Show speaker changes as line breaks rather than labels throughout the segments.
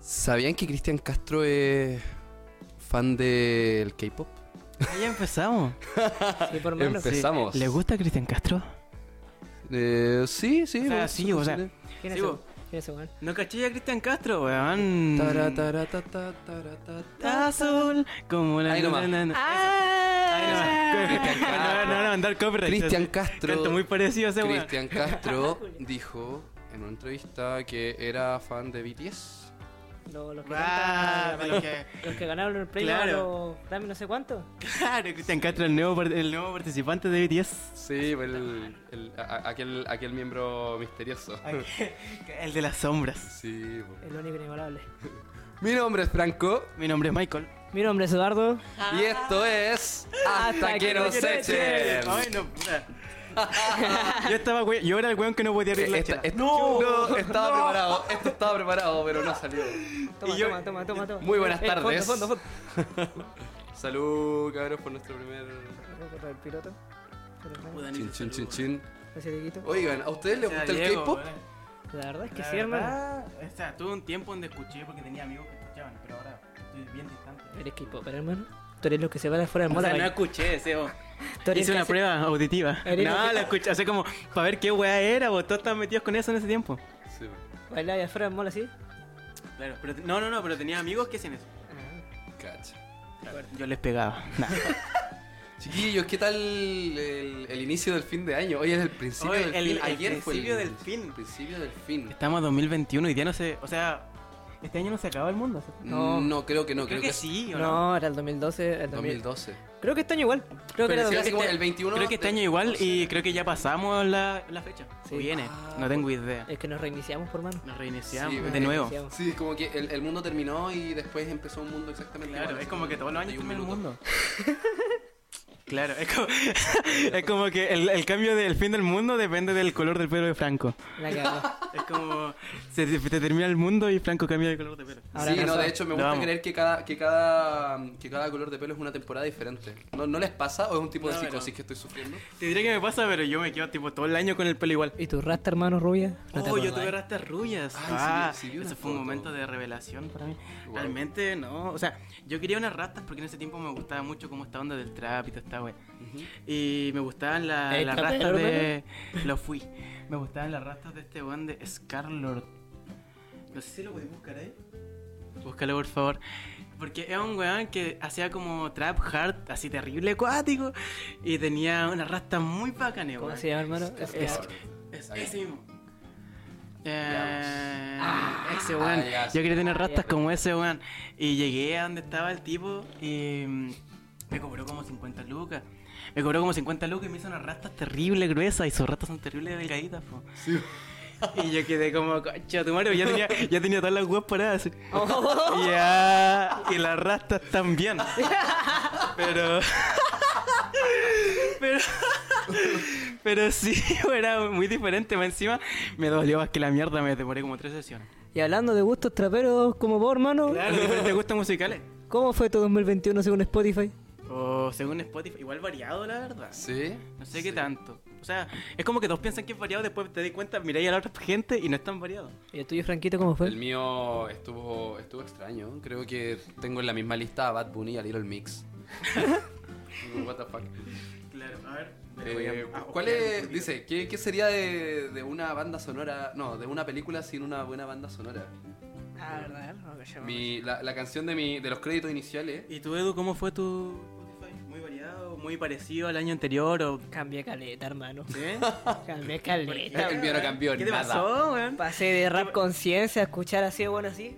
¿Sabían que Cristian Castro es fan del K-pop?
Ah, ya empezamos.
Sí, por menos.
Empezamos.
¿Le gusta Cristian Castro?
Eh, sí, sí.
O sea,
bueno,
sí, o sea,
¿Quién es
Sigo.
ese- quién es ese weón?
No caché a Cristian Castro, weón.
Taratatata,
Ah,
taratatata.
Azul como la
Ahí nomás.
na- na- na- Ahí nomás.
Ah,
No, no, no, andar copyright.
Cristian Castro.
Canto muy parecido a ese weón.
Cristian Castro dijo en una entrevista que era fan de BTS.
lo- Los que
Ah,
cantan-
pero que-
los que ganaron el premio
Claro.
a los Grammy no sé cuánto.
Claro, Cristian Castro, el nuevo, par- el nuevo participante de BTS.
Sí, el, el- a- a- aquel, aquel miembro misterioso.
El de las sombras.
Sí, po.
El único inigualable.
Mi nombre es Franco
Mi nombre es Michael.
Mi nombre es Eduardo.
Ah.
y esto es Hasta que nos echen.
Ay, no, puta. Yo estaba, güey, yo era el weón que no podía abrir
Eh,
la
esta-
chela.
esta- no, estaba preparado, esto estaba preparado, pero no salió.
Toma,
Y yo-
toma, toma, toma, toma.
Muy buenas
Eh, fondo,
tardes.
fondo, fondo.
Salud, cabros, por nuestro primer
Voy a cortar el piloto. Pero bueno,
Puta, ni
chin, chin,
se
chin,
saludó.
chin.
así de quito.
Oigan, ¿a ustedes les
O sea,
gusta el
Diego,
K-pop?
weón.
La verdad es que
La
sí, hermano.
verdad, O sea, tuve un tiempo donde escuché porque tenía amigos que escuchaban, pero ahora estoy bien distante.
Eres K-pop, hermano. Tú eres lo que se para fuera del
O
mola.
sea, no
güey.
escuché, Sebo.
Tú eres
Hice
el
una
que
prueba auditiva.
Eres
no,
lo que-
la escuché, así como para ver qué weá era, vos todos estaban metidos con eso en ese tiempo.
Sí.
hace- Bailaba de afuera del mola así.
Claro, pero no, no, no, pero tenía amigos que hacían eso.
Cacha.
Yo les pegaba. Nah.
Chiquillos, ¿qué tal el, el inicio del fin de año? Hoy es el principio
Hoy,
del
el-
fin.
el principio del fin.
principio del fin.
Estamos en 2021 y ya no sé, o sea, este año no se acaba el mundo. ¿cierto?
No,
No.
creo que no, creo,
creo, que, sí, ¿o no?
No, era el 2012. El 2000.
2012.
Creo que este año igual. Creo que
Pero
era
sí,
creo
así
2012.
como
este-
el 21
Creo que este
de-
año igual y creo que ya pasamos la, la fecha.
Sí.
O Viene,
Ah,
no tengo idea.
Es que nos reiniciamos, por mano.
Nos reiniciamos
Sí,
de nuevo.
Reiniciamos.
Sí, como que el, el mundo terminó y después empezó un mundo exactamente
Claro,
igual,
es
así
como que todos los años
31
termina el
minutos.
mundo. Claro, es como, es como que el, el cambio del fin del mundo depende del color del pelo de Franco.
La cagó.
Es como se te te termina el mundo y Franco cambia de color de pelo.
Ahora
sí, no,
pasó.
de hecho me
Lo
gusta
amo.
creer que cada, que cada que cada color de pelo es una temporada diferente. ¿No, no les pasa o es un tipo de
No,
psicosis
no.
que estoy sufriendo?
Te diré que me pasa, pero yo me quedo tipo todo el año con el pelo igual.
¿Y tu rasta, hermano, rubia? No te
oh, yo
acordás.
tuve rastas rubias.
Ah,
Ah,
sí vi- sí vi una
eso fue un
foto.
momento de revelación para mí.
Wow.
Realmente no, o sea, yo quería unas rastas porque en ese tiempo me gustaba mucho como esta onda del trap y toda esta wea. Y me gustaban la-
¿Eh,
las
trapero,
rastas de. Lo fui. Me gustaban las rastas de este weón de Scarlord. No sé si lo podéis buscar ahí. Búscalo por favor. Porque era un weón que hacía como trap hard, así terrible acuático. Y tenía unas rastas muy bacanes,
¿Cómo
weón.
se llama, hermano?
Es-
Es-
es-
Ahí.
ese mismo. Eh, ese
Ah,
weón.
ya, sí.
Yo quería tener rastas
ya.
como ese weón. Y llegué a donde estaba el tipo y mm, me cobró como 50 lucas. Me cobró como 50 lucas y me hizo unas rastas terribles, gruesas. Y sus rastas son terribles delgaditas, po. Y yo quedé como, cocha, tu madre, ya tenía, ya tenía todas las weas paradas. así. Ya, y las rastas también. Pero. Pero. Pero sí, era muy diferente. más Encima me dolió más que la mierda, me demoré como tres sesiones.
Y hablando de gustos traperos como vos, hermano,
Claro, diferentes gustos musicales.
¿cómo fue tu 2021 según Spotify?
O según Spotify, igual variado, la verdad.
Sí.
No sé qué tanto. O sea, es como que todos piensan que es variado, después te das cuenta, miráis a la otra gente y no es tan variado.
¿Y el tuyo, Franquito, cómo
El
fue?
mío estuvo estuvo extraño. Creo que tengo en la misma lista a Bad Bunny y a Little Mix. What the fuck.
Claro, a ver.
Eh,
ah,
¿Cuál es? Dice, ¿qué, qué sería de, de una banda sonora? No, de una película sin una buena banda sonora.
Ah, verdad, no, que yo
Mi- la, la canción de, mi, de los créditos iniciales.
¿Y tú, Edu, cómo fue tu Spotify? ¿Muy variado? ¿Muy parecido al año anterior? O...
Cambié caleta, hermano.
¿Sí?
Cambié
El
caleta.
mío no cambió
¿Qué te
nada.
pasó, weón?
Pasé de rap conciencia a escuchar así, bueno, así.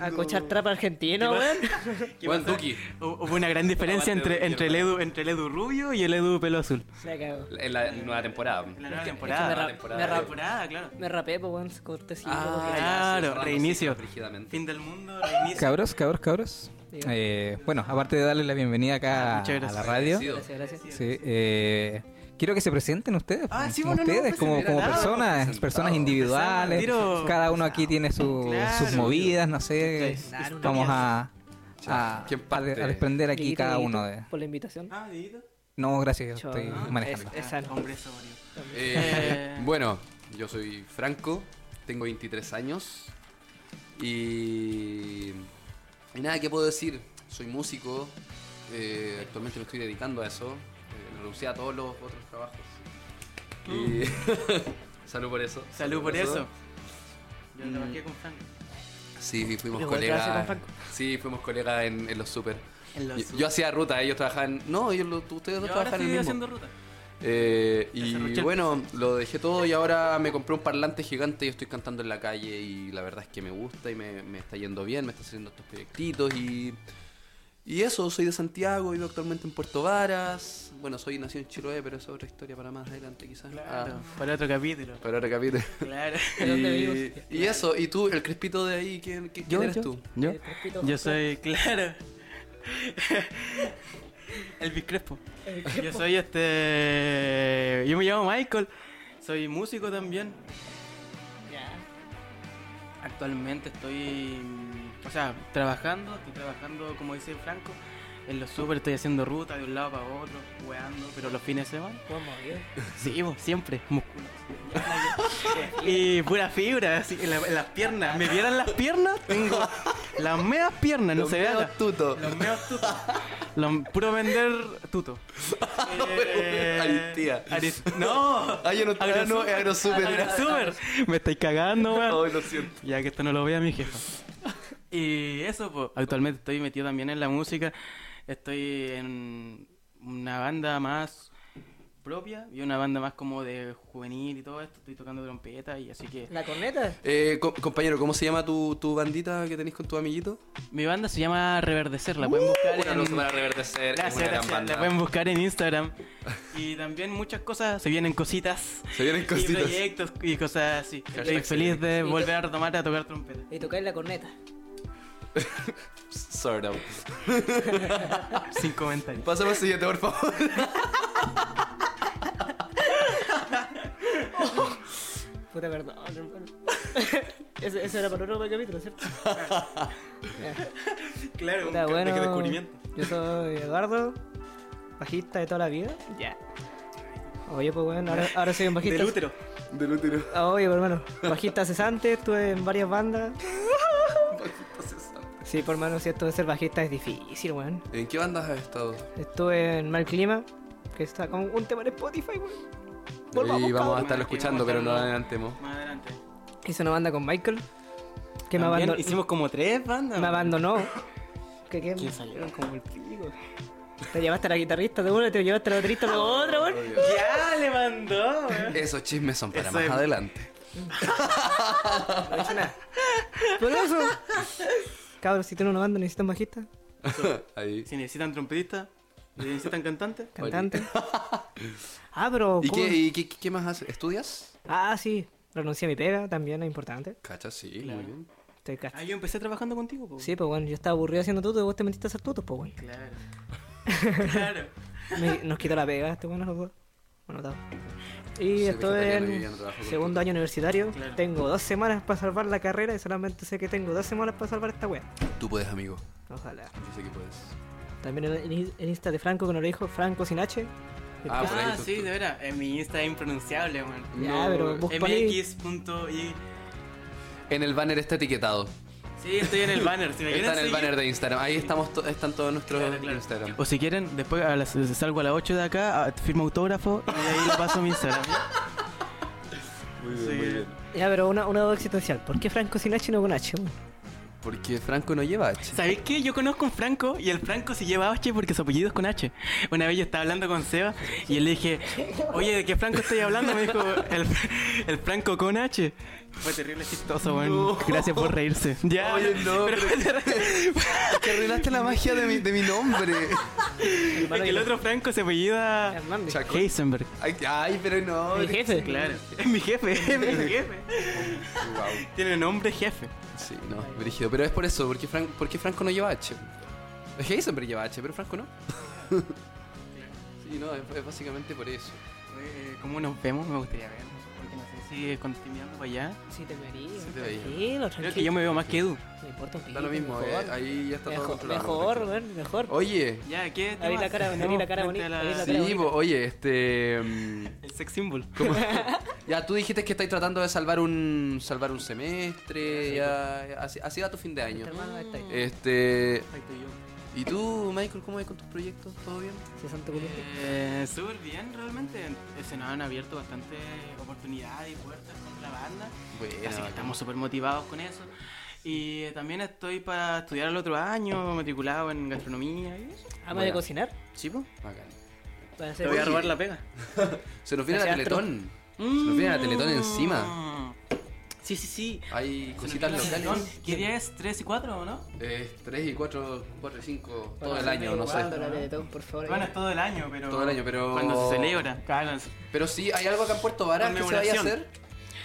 A escuchar trap argentino,
¿Qué
weón.
Juan
pasó?
Duki.
Hu- Hubo una gran diferencia
Aguante, Edu,
entre, entre, el Edu, entre el Edu rubio y el Edu pelo azul.
Se cagó.
En la nueva temporada. este
la nueva
me
temporada.
ra-
temporada.
me
La
ra-
temporada, claro.
Me rapé, pues, weón, corté cinco,
Ah,
Claro,
porque-
ya, sí, cerrando
reinicio.
ciclos rígidamente.
Fin del mundo, reinicio.
Cabros, cabros, cabros.
Diga.
Eh, bueno, aparte de darle la bienvenida acá a,
Ah, Muchas gracias.
la radio, sí,
Agradecido.
Gracias, gracias.
eh, quiero que se presenten ustedes,
Ah,
pues,
sí, bueno, no,
ustedes
pues,
como,
mira,
como
nada,
personas,
presentado,
personas individuales.
empezamos, tiro.
Cada uno aquí tiene su-
Claro.
sus movidas, no sé.
Claro, una
Vamos
mierda.
a, a,
¿Quién
a de-
parte?
a desprender aquí
Amiguito,
cada
amiguito,
uno
eh.
de.
Por la invitación.
Ah, Dieguito.
No, gracias, yo
Chao.
estoy
Ah,
manejando.
es- sano.
Hombre sobrio.
Eh,
Eh.
bueno, yo soy Franco, tengo 23 años. Y, y nada, ¿qué puedo decir? Soy músico, eh, actualmente me estoy dedicando a eso, eh, renuncié a todos los otros trabajos. Y- salud por eso.
Mm. Salud por eso. Yo
Mm.
trabajé con Frank.
Sí, fuimos
Igual que hace con
colegas.
Franco.
Sí, fuimos colegas en, en los super.
En los
Yo, yo hacía ruta, ellos trabajaban. No, ellos, lo- ustedes
Yo
dos
ahora
trabajan en
estoy
el mismo.
haciendo ruta.
Eh, y
Cerruchel.
bueno, lo dejé todo y ahora me compré un parlante gigante y estoy cantando en la calle y la verdad es que me gusta y me, me está yendo bien, me está haciendo estos proyectitos y... Y eso, soy de Santiago, vivo actualmente en Puerto Varas. Bueno, soy nacido en Chiloé, pero esa es otra historia para más adelante quizás.
Claro.
Ah,
Para otro capítulo.
para ahora capítulo.
Claro.
Y,
¿De dónde vives?
y eso, y tú, el crespito de ahí, ¿quién, quién eres tú?
Yo.
El Crespito
Yo
José.
soy, claro. Elvis Crespo.
El
Yo soy este. Yo me llamo Michael. Soy músico también.
Ya.
Actualmente estoy. mm, O sea, trabajando. Estoy trabajando, como dice Franco. En los super estoy haciendo ruta de un lado para otro, weando, pero los fines de semana.
Buen movido.
Sí, bo, siempre, músculos. Y pura fibra, así, en, la- en las piernas. ¿Me vieran las piernas? Tengo las meas piernas, no
Los
se ve
meos
acá.
tutos.
Los meos tutos. Los- puro vender tuto.
Ay, tía.
Aris- no.
Ay, yo no- ah, no, es AgroSuper.
AgroSuper. Me estáis cagando, weón.
Ay, lo siento.
Ya que esto no lo vea mi jefa. Y eso, pues, actualmente estoy metido también en la música. Estoy en una banda más propia y una banda más como de juvenil y todo esto. Estoy tocando trompeta y así que...
¿La corneta?
Eh, co- compañero, ¿cómo se llama tu, tu bandita que tenés con tu amiguito?
Mi banda se llama Reverdecer, la pueden buscar
Un
en...
aplauso para reverdecer. es
Gracias,
una gran
gracias,
banda.
la pueden buscar en Instagram. Y también muchas cosas, se vienen cositas.
Se vienen
Y
cositas.
proyectos y cosas así. Estoy
Hashtag
feliz de
Y-
volver a retomar a tocar trompeta.
Y tocáis la corneta.
Sort of.
Sin comentarios.
Pásame al siguiente, por favor.
Puta, perdón, hermano. Ese, ese era para otro capítulo, ¿cierto? Ya.
Claro,
Puta, bueno. Yo soy Eduardo, bajista de toda la vida. Ya. Oye, pues bueno, ahora, ahora soy un bajista.
Del útero.
Del útero.
Ah, Oye, pues hermano, bajista cesante, estuve en varias bandas. Sí, por hermano, si esto de ser bajista es difícil, weón.
¿En qué bandas has estado?
Estuve en Mal Clima, que está como un tema en Spotify, weón. Volvamos,
y vamos a
cabrón.
estarlo escuchando, pero no lo adelantemos.
Más adelante.
Hice una banda con Michael, que
También
me abandonó.
Hicimos como tres bandas.
Me abandonó. Que qué?
¿Quién salió?
Como el pico. Te llevaste a la guitarrista de una, te llevaste a la baterista de otra, weón.
Ya le mandó, weón.
Esos chismes son para
Eso
más
es-
adelante.
Por eso. Cabros, si tienen una banda necesitan bajista,
Ahí.
Si necesitan trompetista, si necesitan cantante.
cantante. Ah, pero.
¿Y,
¿cómo?
qué, y qué, qué más haces? ¿Estudias?
Ah, sí. Renuncié a mi pega, también es importante.
Cacha, sí,
Claro.
muy bien.
Estoy cast-
Ah, yo empecé trabajando contigo, po.
Sí, pues bueno, yo estaba aburrido haciendo tutos y vos te metiste a hacer tutos, pues bueno.
Claro. claro.
Me- nos quitó la pega, este bueno, los dos. Bueno, todo. Y
Soy
estoy
vegetariano y ya
en
no trabajo con
segundo año universitario.
Claro.
Tengo dos semanas para salvar la carrera y solamente sé que tengo dos semanas para salvar esta wea.
Tú puedes, amigo.
Ojalá.
Yo sé que puedes.
También en, en- en Insta de Franco, que nos lo dijo, Franco sin H.
Ah, por ahí
Ah,
tú-
sí,
tú-
de veras. En mi Insta es impronunciable, weón.
Ya, pero vos ponés-
MX.i.
En el banner está etiquetado.
Sí, estoy en el banner. Si me quieren
Está en el
seguir-
banner de Instagram. Ahí estamos to- están todos nuestros
Claro, claro.
Instagram.
O si quieren, después a las- salgo a las 8 de acá, a- firmo autógrafo y de ahí le paso mi Instagram. ¿eh?
Muy
bien, muy bien.
Ya, pero una, una duda existencial. ¿Por qué Franco sin H y no con H? weón?
Porque Franco no lleva H.
¿Sabéis qué? Yo conozco a un Franco y el Franco se lleva H porque su apellido es con H. Una vez yo estaba hablando con Seba y él le dije, oye, ¿de qué Franco estoy hablando? Me dijo, el, el Franco con H. Fue terrible chistoso, weón. Gracias por reírse. Ya,
Oye, no,
pero fue terrible.
Que arruinaste la magia de mi, de mi nombre.
Porque el otro Franco se apellida
Hernández.
Chaco.
Heisenberg.
Ay, ay, pero no.
Mi jefe.
Claro. Es mi jefe, es mi jefe.
Guau.
Tiene nombre jefe.
Sí, no, brígido. Pero es por eso, porque, Fran- porque Franco no lleva H. Heisenberg lleva H, pero Franco no. sí, no, es, es básicamente por eso.
Eh, ¿Cómo nos vemos? Me gustaría vernos. Porque no sé si cuando estoy mirando para allá.
Sí, te vería.
Sí, te vería.
Tranquilo,
Creo
tranquilo.
que yo me veo más que Edu.
Me importa un pico.
Da lo mismo, eh,
mejor.
ahí ya está todo
Mejor,
controlado.
mejor, weón, mejor.
Oye,
Ya, ¿qué?
Abrí
temas?
la cara, abrí la cara
Frente a
bonita, abrí la cara
sí,
bonita.
bo- oye, este. mm,
El sex symbol.
¿Cómo, Ya, tú dijiste que estáis tratando de salvar un salvar un semestre, ya, así, así va tu fin de año.
Este hermano, ahí está.
Este,
Ahí estoy yo.
¿y tú, Michael, cómo vas con tus proyectos? ¿Todo bien?
Sí, santo culo.
Eh, Súper bien, realmente. Eh, Se nos han abierto bastantes oportunidades y puertas con la banda.
Bueno,
así que estamos súper motivados con eso. Y eh, también estoy para estudiar el otro año, matriculado en gastronomía. y eso.
Ama de
Bueno.
cocinar.
Sí, po.
bacán.
Para
Te
hacer
voy a robar la pega.
Se nos viene la
Gracias,
Teletón. Se nos viene la Teletón encima.
Mm. Sí, sí, sí.
Hay
Se nos
cositas
viene la
locales.
Teletón. ¿Qué día es? ¿3 y 4 o no?
3 y 4, 4 y 5,
Para
todo el
hacer
año, no sé.
igual, la Teletón, por favor. eh.
Bueno, es todo el año, pero.
Todo el año, pero-
Cuando se celebra. Claro.
Pero sí, hay algo acá en Puerto Varas que se vaya a
Conmemoración.
hacer.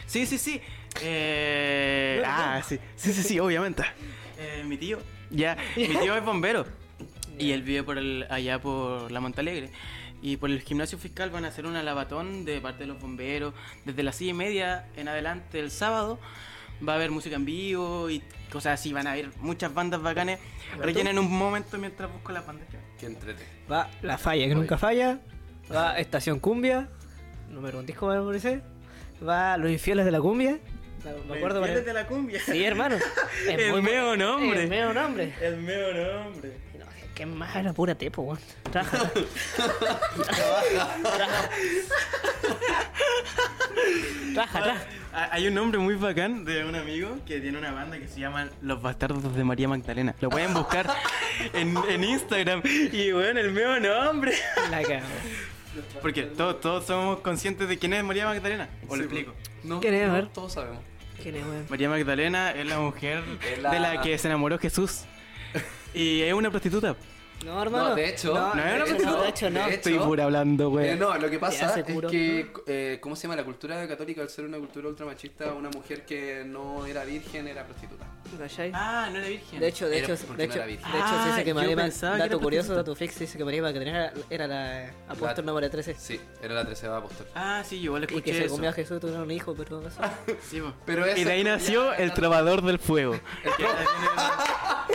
Sí, sí, sí. Eh, ah, sí, sí, sí, sí, obviamente. Eh, mi tío, ya, mi tío es bombero. Y él vive por el, allá por la Montalegre. Y por el gimnasio fiscal van a hacer una lavatón de parte de los bomberos. Desde las 6 y media en adelante el sábado va a haber música en vivo y cosas así. Van a haber muchas bandas bacanes. Rellenen un momento mientras busco la bandas. que-
Que entrete.
Va La Falla, que
Oye.
nunca falla. Va Estación Cumbia. Número un disco, me parece. Va Los Infieles de la Cumbia. Me- Me acuerdo.
Fieles
para-
de la cumbia.
Sí, hermano. Es
El
muy bu-
meo nombre.
El meo nombre.
El mejor nombre.
No, qué más era pura tepo, weón. Trabaja. Trabaja, trabaja.
Ah, Hay un nombre muy bacán de un amigo que tiene una banda que se llama Los Bastardos de María Magdalena. Lo pueden buscar en, en Instagram. Y bueno, el mismo nombre.
La cago.
Porque todos, todos somos conscientes de quién es María Magdalena. O lo explico.
No,
¿Querés
no,
ver?
todos sabemos.
¿Quién es, weón?
María Magdalena es la mujer
Es la-
de la que se enamoró Jesús. Y es una prostituta.
No, hermano.
No, de hecho, no,
No, de,
era
hecho,
prostituta.
no, de hecho, no.
De hecho.
Estoy pura hablando,
Eh,
güey.
no, lo que
Ya
pasa
se
es
curó.
que, eh, ¿cómo se llama? La cultura católica, al ser una cultura ultramachista, una mujer que no era virgen era prostituta.
¿Cachai?
Ah, no era virgen.
De hecho, de
Era
hecho,
porque
de
no
hecho,
era
de
virgen.
hecho se dice
Ah,
que
yo
María
pensaba
Magdalena,
que
dato
era
curioso,
prostituta.
dato fix, dice que María Magdalena era la eh, apóstol
La-
número 13.
Sí, era la tercera apóstol.
Ah, sí, yo igual
Y
escuché
que se
eso.
comió a Jesús, tuvieron un hijo, pero no pasó.
Sí, po.
Pero
y
esa-
de ahí nació
ya-
el trovador del fuego.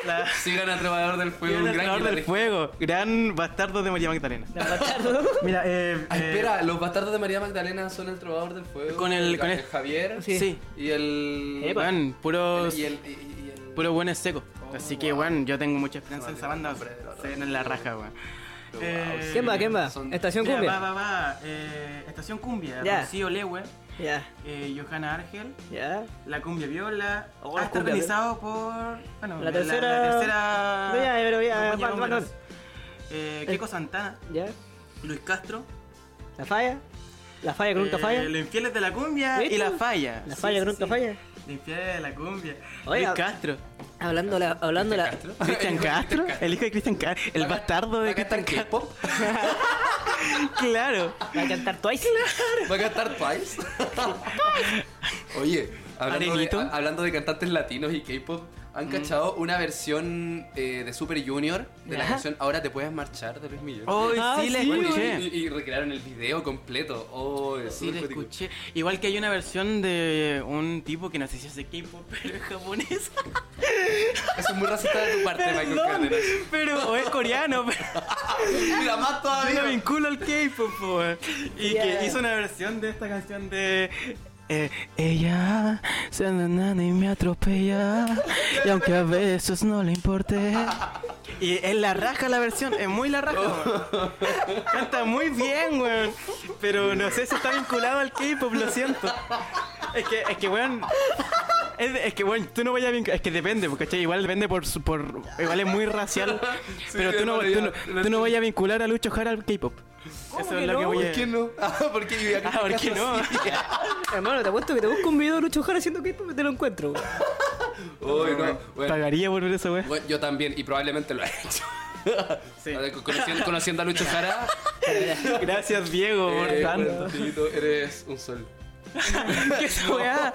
La-
Sigan a Trovador del Fuego,
Gran
un gran
Trovador del
guitarrista.
Fuego, gran bastardo de María Magdalena. Mira, eh,
Ah, espera, los bastardos de María Magdalena son el Trovador del Fuego.
Con el- con el-
Javier
Sí.
y el.
Weón, puros,
y el. y- y el-
puros buenos secos.
Oh,
Así que,
wow.
weón, yo tengo mucha esperanza en esa banda.
Hombre de la
Se ven en la raja, weón.
Wow,
Eh,
sí.
¿Quién va? ¿Quién va?
Son-
Estación
Ya, va,
Cumbia.
va, va. Eh, Estación Cumbia,
Ya.
Rocío Lewe,
Ya,
eh, Johanna Argel,
ya.
La Cumbia Viola.
Oh,
Ah, está
Cumbia
organizado por. Bueno,
La tercera-
La, tercera.
Ya, ya, pero ya,
compañía
va-
de
va-
bomberos.
va-
Eh, Keiko Santana,
Ya.
Luis Castro.
La falla. La falla que nunca
eh,
falla.
Los infieles de la cumbia y
¿Viste?
la falla.
La
Sí,
falla que
sí,
nunca
sí.
falla.
Los infieles de la cumbia.
Oye,
Luis
a-
Castro.
Hablando la, hablando la.
¿Cristian Castro? El hijo de Cristian Castro. El bastardo
Va
de
a
Cristian
cantar
Castro.
K-pop,
Claro.
Va a cantar Twice.
va a cantar Twice. Oye, hablando de,
Arenito. Mm.
a- hablando de cantantes latinos y K-pop, han cachado una versión eh, de Super Junior de la
Ya.
canción Ahora te puedes marchar de Luis Miguel.
Hoy
Ah,
Oh, sí, la
sí,
Bueno, y-
escuché.
y, y recrearon el video completo. Oh, es
Sí,
súper
la
cuático.
escuché. Igual que hay una versión de un tipo que no sé si es de K-pop, pero es japonés.
Eso es muy racista de tu parte, Michael
Perdón,
Cárdenas.
pero, o es coreano, pero
Mira, más
yo lo
todavía.
vinculo al K-pop, po, weón. Y
Yeah.
que hizo una versión de esta canción de. eh, ella se enana y me atropella. Y aunque a veces no le importe. Y es la raja la versión, es muy la raja. weón. Canta muy bien, weón. Pero no sé si está vinculado al K-pop, lo siento. Es que, es que, weón. Es, es que, weón, tú no vayas bien. Es que depende, porque Igual depende por. su- por igual es muy racial. pero tú no,
hermano,
tú,
ya,
no,
lo
tú no vayas a vincular a Lucho Jara al K-pop. Eso es lo que voy
¿Por
a.
qué no? Ah, porque yo
Ah, ¿por qué no?
Hermano, te apuesto que te busco un video de Lucho Jara haciendo K-pop y te lo encuentro. weón.
Uy, no. Bueno,
Pagaría por ver eso, weón.
Bueno, yo también, y probablemente lo he hecho. A ver, Conociendo, conociendo a Lucho Jara,
Gracias, Diego, por
eh,
tanto.
bueno, Tito, eres un sol.
¿Qué es, weá?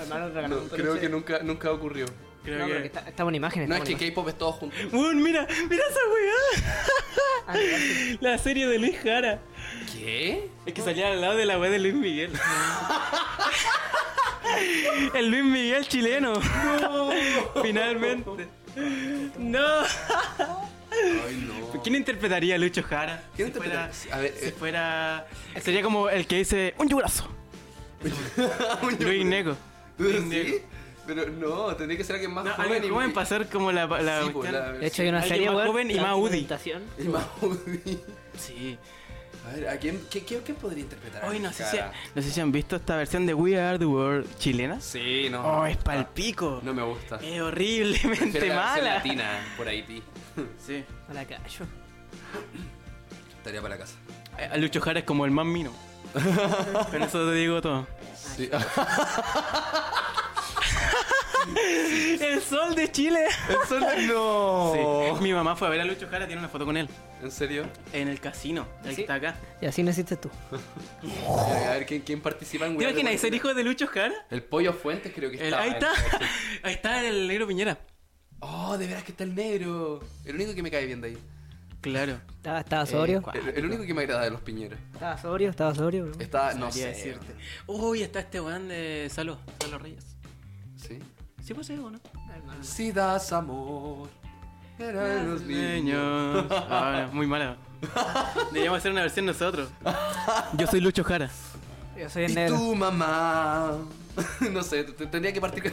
Hermano,
No,
regalando
creo que nunca, nunca ocurrió.
No, pero que está- estamos en imágenes.
No, es
estamos
que
en
K-pop es todo junto.
Weón, mira, mira esa
Ah,
weá. La serie de Luis Jara.
¿Qué?
Es que salía al lado de la weá de Luis Miguel. El Luis Miguel chileno. Finalmente. No.
Ay, no.
¿Quién interpretaría a Lucho Jara?
¿Quién
Si
eh.
fuera-
interpretaría? A ver,
si
eh.
fuera. Sería como el que dice un yurazo. Luis Neco.
¿Sí? Pero no, tendría que ser alguien más
No,
Ah, joven.
alguien joven
y-
para ser como la... la
Sí, pues, la-
De hecho, hay una
Alguien
serie,
más
weón,
joven y
la
más Udi.
presentación.
y más joven.
Sí.
A ver, ¿a quién, qué, qué- quién podría interpretar? a
Hoy
esa
no sé, si,
cara?
no sé si han visto esta versión de We Are The World chilena.
Sí, no. Ah.
Oh, es palpico.
No me gusta.
Es
Prefiero
horriblemente
la versión
mala.
latina por Haití.
Sí.
A la callo.
Tarea para casa.
A Eh, Lucho Jara es como el más mino. Con eso te digo todo.
Sí.
¡El sol de Chile! Oh.
no.
Sí. Mi mamá fue a ver a Lucho Jara, tiene una foto con él.
¿En serio?
En el casino, el
¿Sí?
que está acá.
Y así naciste tú.
A ver, ¿quién, quién participa en
¿Te
Weird
imaginas
World?
ser hijo de Lucho Jara?
El pollo Fuentes creo que
El-
está.
ahí está. eh, Ahí está el negro Piñera.
Oh, de veras que está el negro. El único que me cae bien de ahí.
Claro.
Estaba, estaba sobrio.
Eh,
El, el único que me agrada de los piñeros.
Estaba sobrio, estaba sobrio, bro.
Está, no
Mm, Sabría
sé.
decirte. Uy, está este weón de Salo, Salo Reyes.
Sí.
¿Sí posee o no?
Si das amor. Eran los niños.
Ah, muy mala. Deberíamos hacer una versión nosotros. Yo soy Lucho Jara.
Yo soy el
Y
negro.
tu mamá. No sé, te- tendría que partir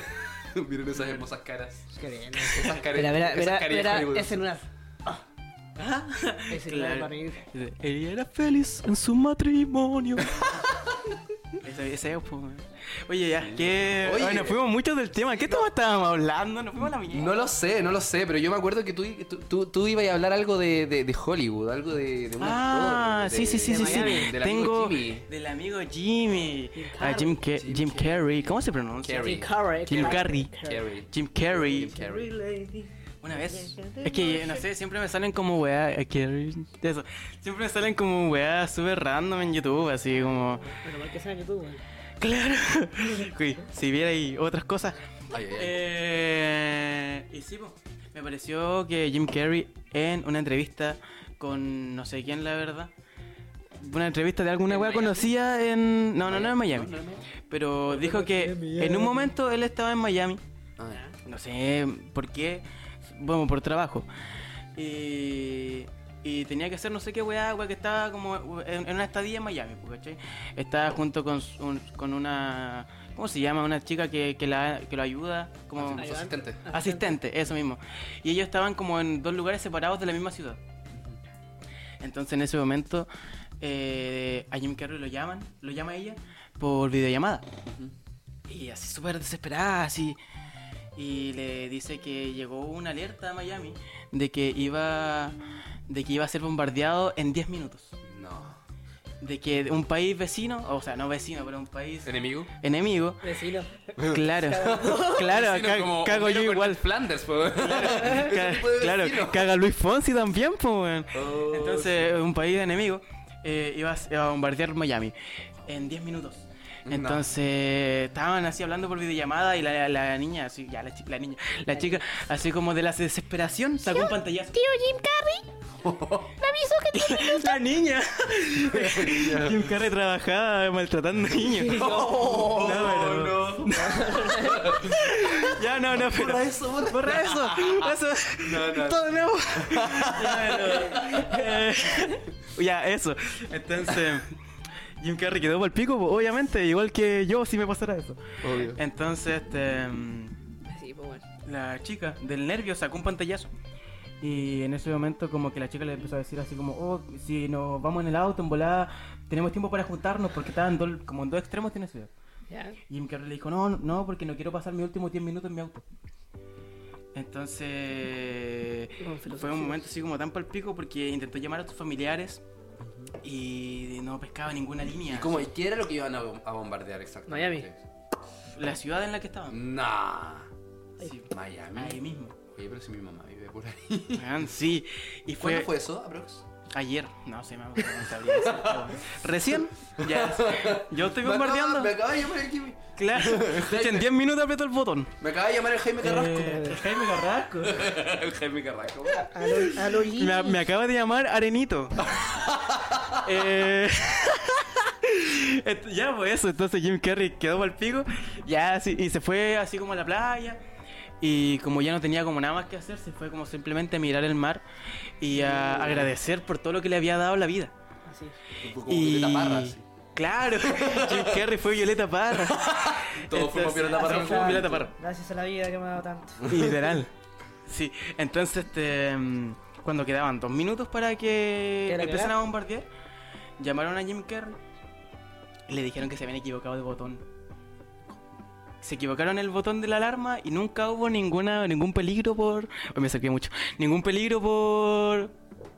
con. Miren esas hermosas caras.
Qué bien.
Esas caras.
Mira, mira,
esas
mira,
caras de
mira
Hollywood.
ese lunar. Ah. Ese lunar
Claro.
para mí.
Dice, Ella era feliz en su matrimonio. Ese ese es, po, weón. Oye, ya, que.
Oye.
Bueno, fuimos muchos del tema. ¿Qué tema estábamos hablando? Nos fuimos a la mierda.
No lo sé, no lo sé, pero yo me acuerdo que tú, tú, tú, tú ibas a hablar algo de, de, de Hollywood, algo de, de un
Ah,
actor,
sí,
de-
sí, sí,
de
sí, sí.
Miami, del amigo
Tengo
Jimmy.
del amigo Jimmy. Ah, Jim, Ca-
Jim
Jim Carrey. ¿Cómo se pronuncia?
Carrey.
Jim Carrey.
Jim Carrey.
Carrey.
Jim Carrey.
Jim Carrey.
Una vez. Es que, no sé, siempre me salen como weá. eh, Carrey, de eso. Siempre me salen como weá súper random en YouTube, así como.
Pero mal que sea en YouTube, weón.
Claro. Uy, si viera ahí otras cosas.
Ay, ay, ay.
Eh, y sí, po, me pareció que Jim Carrey en una entrevista con no sé quién, la verdad. Una entrevista de alguna
¿En
wea
Miami?
conocida en. No, no, no en Miami.
No, no, no.
Pero dijo que en un momento él estaba en Miami.
Ah,
No sé por qué. Bueno, por trabajo. Y, y tenía que hacer no sé qué weá, weá, que estaba como en, en una estadía en Miami, pues, ¿cachai? Estaba junto con, su- un- con una. ¿Cómo se llama? Una chica que, que, la, que lo ayuda. Como
su asistente.
asistente, eso mismo. Y ellos estaban como en dos lugares separados de la misma ciudad. Entonces en ese momento eh, a Jim Carrey lo llaman, lo llama ella por videollamada. Y así súper desesperada, así. Y le dice que llegó una alerta a Miami de que iba, de que iba a ser bombardeado en 10 minutos.
No.
De que un país vecino, o sea, no vecino, pero un país
¿Enemigo?
enemigo,
Vecino.
claro, claro,
Vecino
ca-
como
cago
Homero
yo
con
igual.
Flanders, po.
Ca-
tipo de
claro,
vecino.
caga Luis Fonsi también, pues, weón.
Oh,
Entonces, un país enemigo eh, iba, a, iba a bombardear Miami en 10 minutos.
No.
Entonces, estaban así hablando por videollamada y la, la niña, así, ya, la, chi- la niña, la chica, así como de la desesperación, sacó un pantallazo.
Tío Jim Carrey, me aviso que tiene
La niña. Jim Carrey trabajaba maltratando niños.
Oh,
No,
no.
ya, no, no, pero... Borra eso, borra, eso. eso.
No, no.
Todo de nuevo. ya, no. Eh, ya, eso. Entonces, Jim Carrey quedó por el pico, po, obviamente, igual que yo si me pasara eso.
Obvio.
Entonces, este, mm,
Sí, pues, weón.
la chica del nervio sacó un pantallazo. Y en ese momento como que la chica le empezó a decir así como, oh, si nos vamos en el auto, en volada, tenemos tiempo para juntarnos porque estaban dos- como en dos extremos de la ciudad.
Ya.
Y Jim Carrey le dijo, no, no, porque no quiero pasar mis últimos 10 minutos en mi auto. Entonces
Con
fue
filosofía.
un momento así como tan palpico porque intentó llamar a tus familiares y no pescaba ninguna línea.
¿Cómo? ¿Y qué era lo que iban a, bom- a bombardear exactamente?
La ciudad en la que
Mm.
estaban.
Nah.
Sí,
Miami.
ahí mismo.
Oye, pero si mi mamá vive por ahí.
Weón, sí. Y
¿Cuándo
fue,
fue eso, Aprox?
ayer. No sé, me acuerdo, no sabría decirte, weón. Recién. Ya. Yo estoy
Me acaba,
bombardeando.
me acaba de llamar el Jimmy.
Claro. De hecho, en 10 minutos aprieto el botón.
Me acaba de llamar el Jaime Carrasco.
Eh, Jaime Carrasco.
el Jaime Carrasco.
A lo, a lo Jimmy.
Me, me acaba de llamar Arenito. Eh, ent- ya, pues eso. Entonces Jim Carrey quedó para el pico. Ya, así- y se fue así como a la playa. Y como ya no tenía como nada más que hacer, se fue como simplemente a mirar el mar y a agradecer por todo lo que le había dado la vida.
Así.
Como
Y-
Violeta Parra, así.
Claro, Jim Carrey fue Violeta Parra.
Todos fuimos
Entonces,
Violeta Parra en
todos fuimos
algún
Violeta Parra.
momento.
Gracias a la vida que me ha dado tanto.
Literal. Sí, entonces este, mm, cuando quedaban dos minutos para que
¿Que la
empezaran a
cagara?
bombardear, llamaron a Jim Carrey y le dijeron que se habían equivocado de botón. Se equivocaron el botón de la alarma y nunca hubo ninguna ningún peligro por... Hoy me acerqué mucho. Ningún peligro por...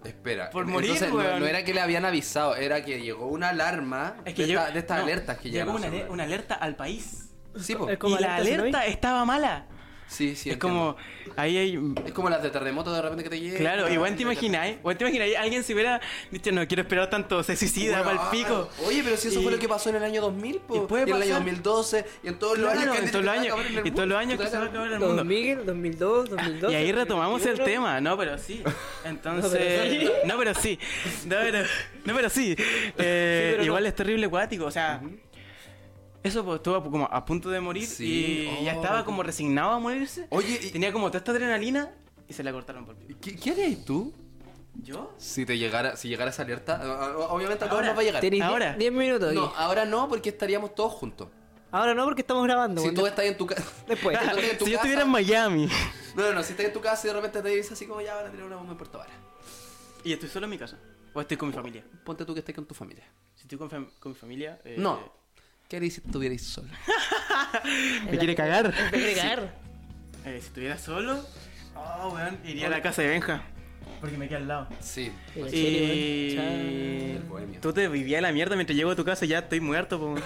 Espera.
Por morir,
Entonces, no- no,
weón.
era que le habían avisado, era que llegó una alarma
Es que
de,
llegó-
esta- de estas
no,
alertas que llegan.
Llegó
a
una,
los
ale- una
celulares.
alerta al país.
Sí, po.
Es como-
Y la
alerta tsunami?
alerta estaba mala.
sí, sí.
es
entiendo.
como... Ahí hay
Es como las de terremoto de repente que te llegan.
Claro, igual te imagináis, igual te imagináis, alguien si hubiera dicho no quiero esperar tanto, se suicida,
Weón,
pa'l pico.
Oye, pero si eso
Y-
fue lo que pasó en el año 2000, po.
y puede
Y en el año
pasar.
2012, y en todos los
Claro,
años que
en
han
todos
dicho que se va
los años,
a acabar el
en todos los años que se va a
mundo.
acabar el mundo.
2000, 2002, 2002.
Y ahí retomamos el tema, no, pero sí. Entonces, no, pero sí. No, pero, no, pero sí. Eh,
Sí, pero
igual
no.
es terrible acuático, o sea, eso pues, estuvo como a punto de morir
Sí.
y ya
Oh.
estaba como resignado a morirse.
Oye, y-
Tenía como toda esta adrenalina y se la cortaron por pico.
¿qué, qué harías tú
¿Yo?
si te llegara, si llegara esa alerta? O- o- Obviamente a todos
Ahora,
nos va a llegar.
Tenéis
Ahora.
10 minutos.
No,
Gui.
ahora no, porque estaríamos todos juntos.
Ahora no, porque estamos grabando.
Si
weón.
tú estás en tu casa.
Después.
Si tú estás en tu
Si yo
casa-
estuviera en Miami
No, no, no, si estás en tu casa y de repente te dices así como ya van a tener una bomba en Puerto Vara.
y estoy solo en mi casa, o estoy con mi familia.
Ponte tú que estés con tu familia.
Si estoy con, fam- con mi familia... eh,
No. ¿Qué harías si estuvierais solo?
Me quiere cagar.
Te quiere cagar.
Eh, si estuviera solo, oh, weón, iría a la casa de Benja. Porque me queda al lado.
Sí.
Pero en
Y...
serio, weón. Chao.
El bohemio.
Tú te vivías la mierda mientras llego a tu casa y ya estoy muerto, po.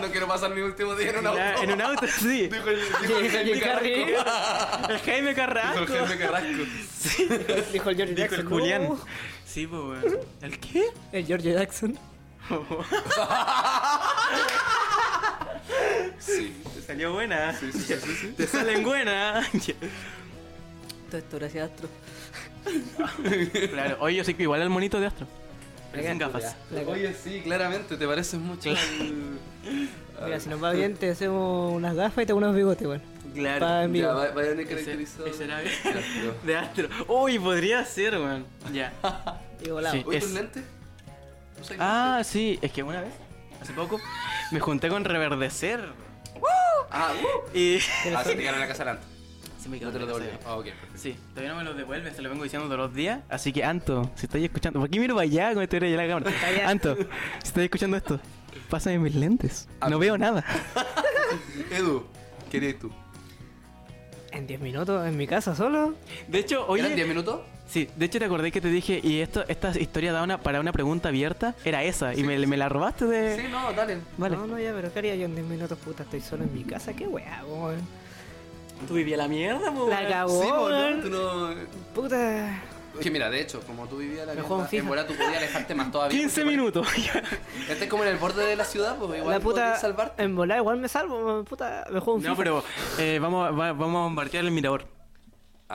no quiero pasar mi último día en un auto.
Ya, En un auto, sí.
Dijo el- dijo el Jaime Carrasco.
El Jaime Carrasco.
Dijo el Jaime Carrasco.
Dijo el George
Dijo
Jackson.
el Julián.
no.
Sí, po, weón. ¿El qué?
El George Jackson.
Sí.
Salió buena.
Sí, sí, sí, sí, sí.
Te salen buenas.
Todo esto gracias Astro.
claro, hoy yo soy igual al monito de Astro. Pero sin gafas.
La
Oye, sí, claramente, te pareces mucho al...
Mira, si nos
Ah.
va bien, te hacemos unas gafas y te hago unos bigotes, weón.
Claro.
Pa' en vivo.
Ya, va, va a venir
Ese-
caracterizado.
ese era-
Gracias.
De Astro. Uy, podría ser, weón. Ya.
Y volamos.
Sí.
Oye, ¿tus
Es-
lentes? ¿Tú usas
Ah, sí, es que una vez, hace poco, me junté con Reverdecer
lentes? Ah, uh.
y.
Ah, se te quedaron en la casa delante.
Se me
No te lo
la
devolví.
cabeza.
Ah, ok. perfecto.
Sí, todavía no me lo devuelve, se lo vengo diciendo todos los días. Así que, Anto, si estáis escuchando. ¿Por qué miro para allá con este de la cámara?
allá.
Anto, si estáis escuchando esto, pásame mis lentes. No veo nada.
Edu, ¿qué harías tú?
En 10 minutos, en mi casa solo.
De hecho,
¿Eran 10
oye.
minutos?
Sí, de hecho te acordé que te dije, y esto, esta historia da una, para una pregunta abierta, era esa, y me, me la robaste
eh,
de.
Sí, no, dale.
Vale.
No, no, ya, pero ¿qué haría yo en 10 minutos, puta? Estoy solo en mi casa, qué weá, weón.
Tú vivías la mierda, po,
La
weón.
cagó,
sí, po,
weón.
no, tú no... eh,
Puta.
Que mira, de hecho, como tú vivías la
Me juego
mierda,
en
en bola tú podías alejarte más todavía.
15
porque
minutos.
Este es como en el borde de la ciudad, pues igual
la puta. em,
podrías salvarte.
En volar igual me salvo, weón, puta. Me juego un
no,
FIFA.
pero eh, vamos, a- va- vamos a bombardear el mirador.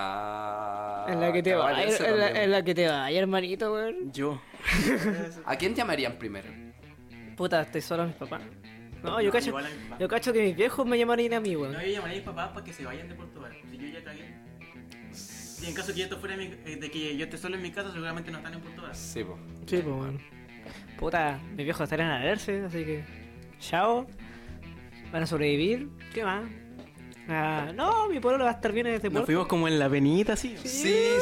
Ah,
En la que te va,
cabal,
en,
ese
en la,
también.
en la que te va, ay, hermanito, weón.
Yo.
¿A quién llamarían primero?
Puta, estoy solo a mis papás. No, yo
No,
cacho,
Mm. igual a mis papás.
yo cacho que mis viejos me llamarían a mí, weón.
No, yo llamaría a mis papás para que se vayan de Portugal. Si yo ya cagué. Si en caso que yo esto fuera mi- eh, de que yo esté solo en mi casa, seguramente no están en Portugal.
Sí, pues.
Sí, pues, weón. Puta, mis viejos estarían a verse, así que. Chao. Van a sobrevivir. ¿Qué más? Ah, no, mi pueblo va a estar bien en este
Nos
pueblo.
fuimos como en la avenida, sí.
Sí,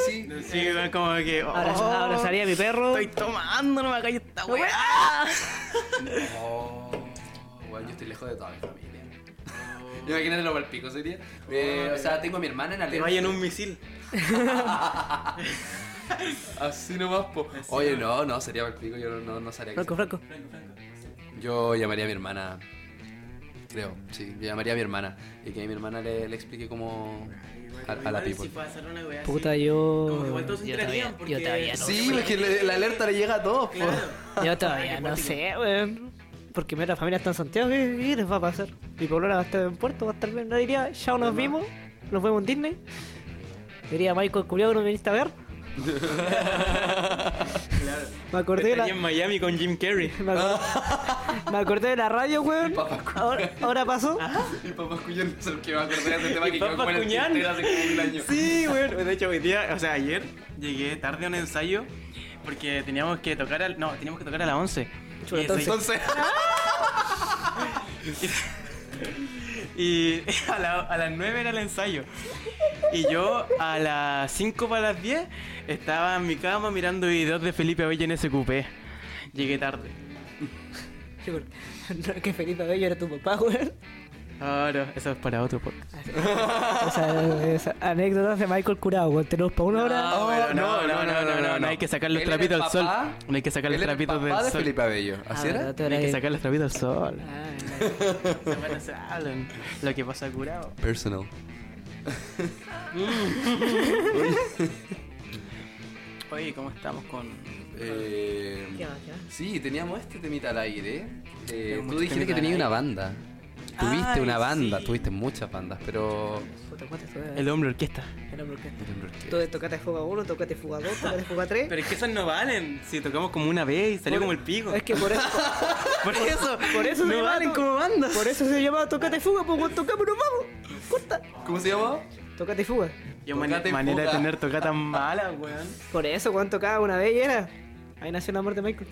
sí.
Sí, weón, como que. oh,
Abraza- abrazaría a mi perro.
Estoy tomando, no me calles esta weá.
Oh, igual yo estoy lejos de toda mi familia. Imagínate lo mal pico sería. Eh, o sea, tengo a mi hermana en
Te
Alemania.
vayan un misil.
Así nomás, po. Oye, no, no, sería mal pico. Yo no, no, no sabría qué
Franco, Franco.
hacer. Yo llamaría a mi hermana. Creo, sí. Yo llamaría a mi hermana. Y que mi hermana le, le explique cómo. A, a la
Igual
people.
Si pasara una weá
Puta,
así,
yo.
Como que igual todos
yo
entrarían
todavía,
porque-
yo todavía no.
Sí, es que le- la alerta le llega a todos, po.
Claro.
Yo todavía no sé, weón. Porque mira, la familia está en Santiago, ¿qué, qué les va a pasar? Mi pueblo va a estar en Puerto, va a estar bien. No diría, chao, nos vimos, nos vemos en Disney. Diría, Michael Culeado, ¿no viniste a ver?
Claro.
Me acordé de la,
Estaría en Miami con Jim Carrey.
me
Ah.
acordé- me acordé de la radio, weón. Ahora, ahora pasó.
Y papá Cuñán es el que va a acordar de ese tema que
Y Papá
quedó en el
Cuñán.
tintero hace como un año.
Sí, bueno, de hecho hoy día, o sea, ayer llegué tarde a un ensayo porque teníamos que tocar al, no, teníamos que tocar a las 11.
Chuta,
Y soy-
Entonces,
Y a, la- a las 9 era el ensayo. Y yo a las 5 para las 10 estaba en mi cama mirando videos de Felipe Abello en SQP. Llegué tarde.
Sí, porque- no, que Felipe Bello era tu papá, weón.
Ahora, eso es para otro podcast.
O sea, esas anécdotas de Michael Curado, weón. Tenemos para una hora.
No,
pero
Oh, no, no, no, no, no.
hay que sacar los
Él era
trapitos
el
al sol.
papá-
No hay que sacar los
Él era el
trapitos del
papá de
sol. Ah,
Felipe Abello. ¿Así era?
No hay que sacar los trapitos al sol.
Ah,
Bueno, se hablan. Lo que pasa curado.
Personal.
Oye, ¿cómo estamos con.?
Eh,
¿Qué más, qué más?
sí, teníamos este temita al aire. Eh,
Tenemos
tú
muchos
dijiste
temitas
que tenías
al
una
aire.
banda. Tuviste
Ay,
una banda,
sí.
tuviste muchas bandas, pero.
Puta, ¿cuántas son?
El hombre orquesta.
El hombre orquesta. Tú de tocate fuga 1, tocate fuga 2, tocate fuga 3.
Pero es que esas no valen. Si tocamos como una vez y salió como el pico.
Es que por eso,
Por eso,
por eso se
no
llama
valen
to-
como banda.
por eso se llama tocate fuga, pues weón, tocamos, nos vamos. Corta.
¿Cómo se llamaba?
Tocate fuga.
Yo mane-
Tocate
manera de
fuga.
tener tocatas malas, weón.
Por eso, weón, tocaba una vez y era. Ahí nació el amor de Michael.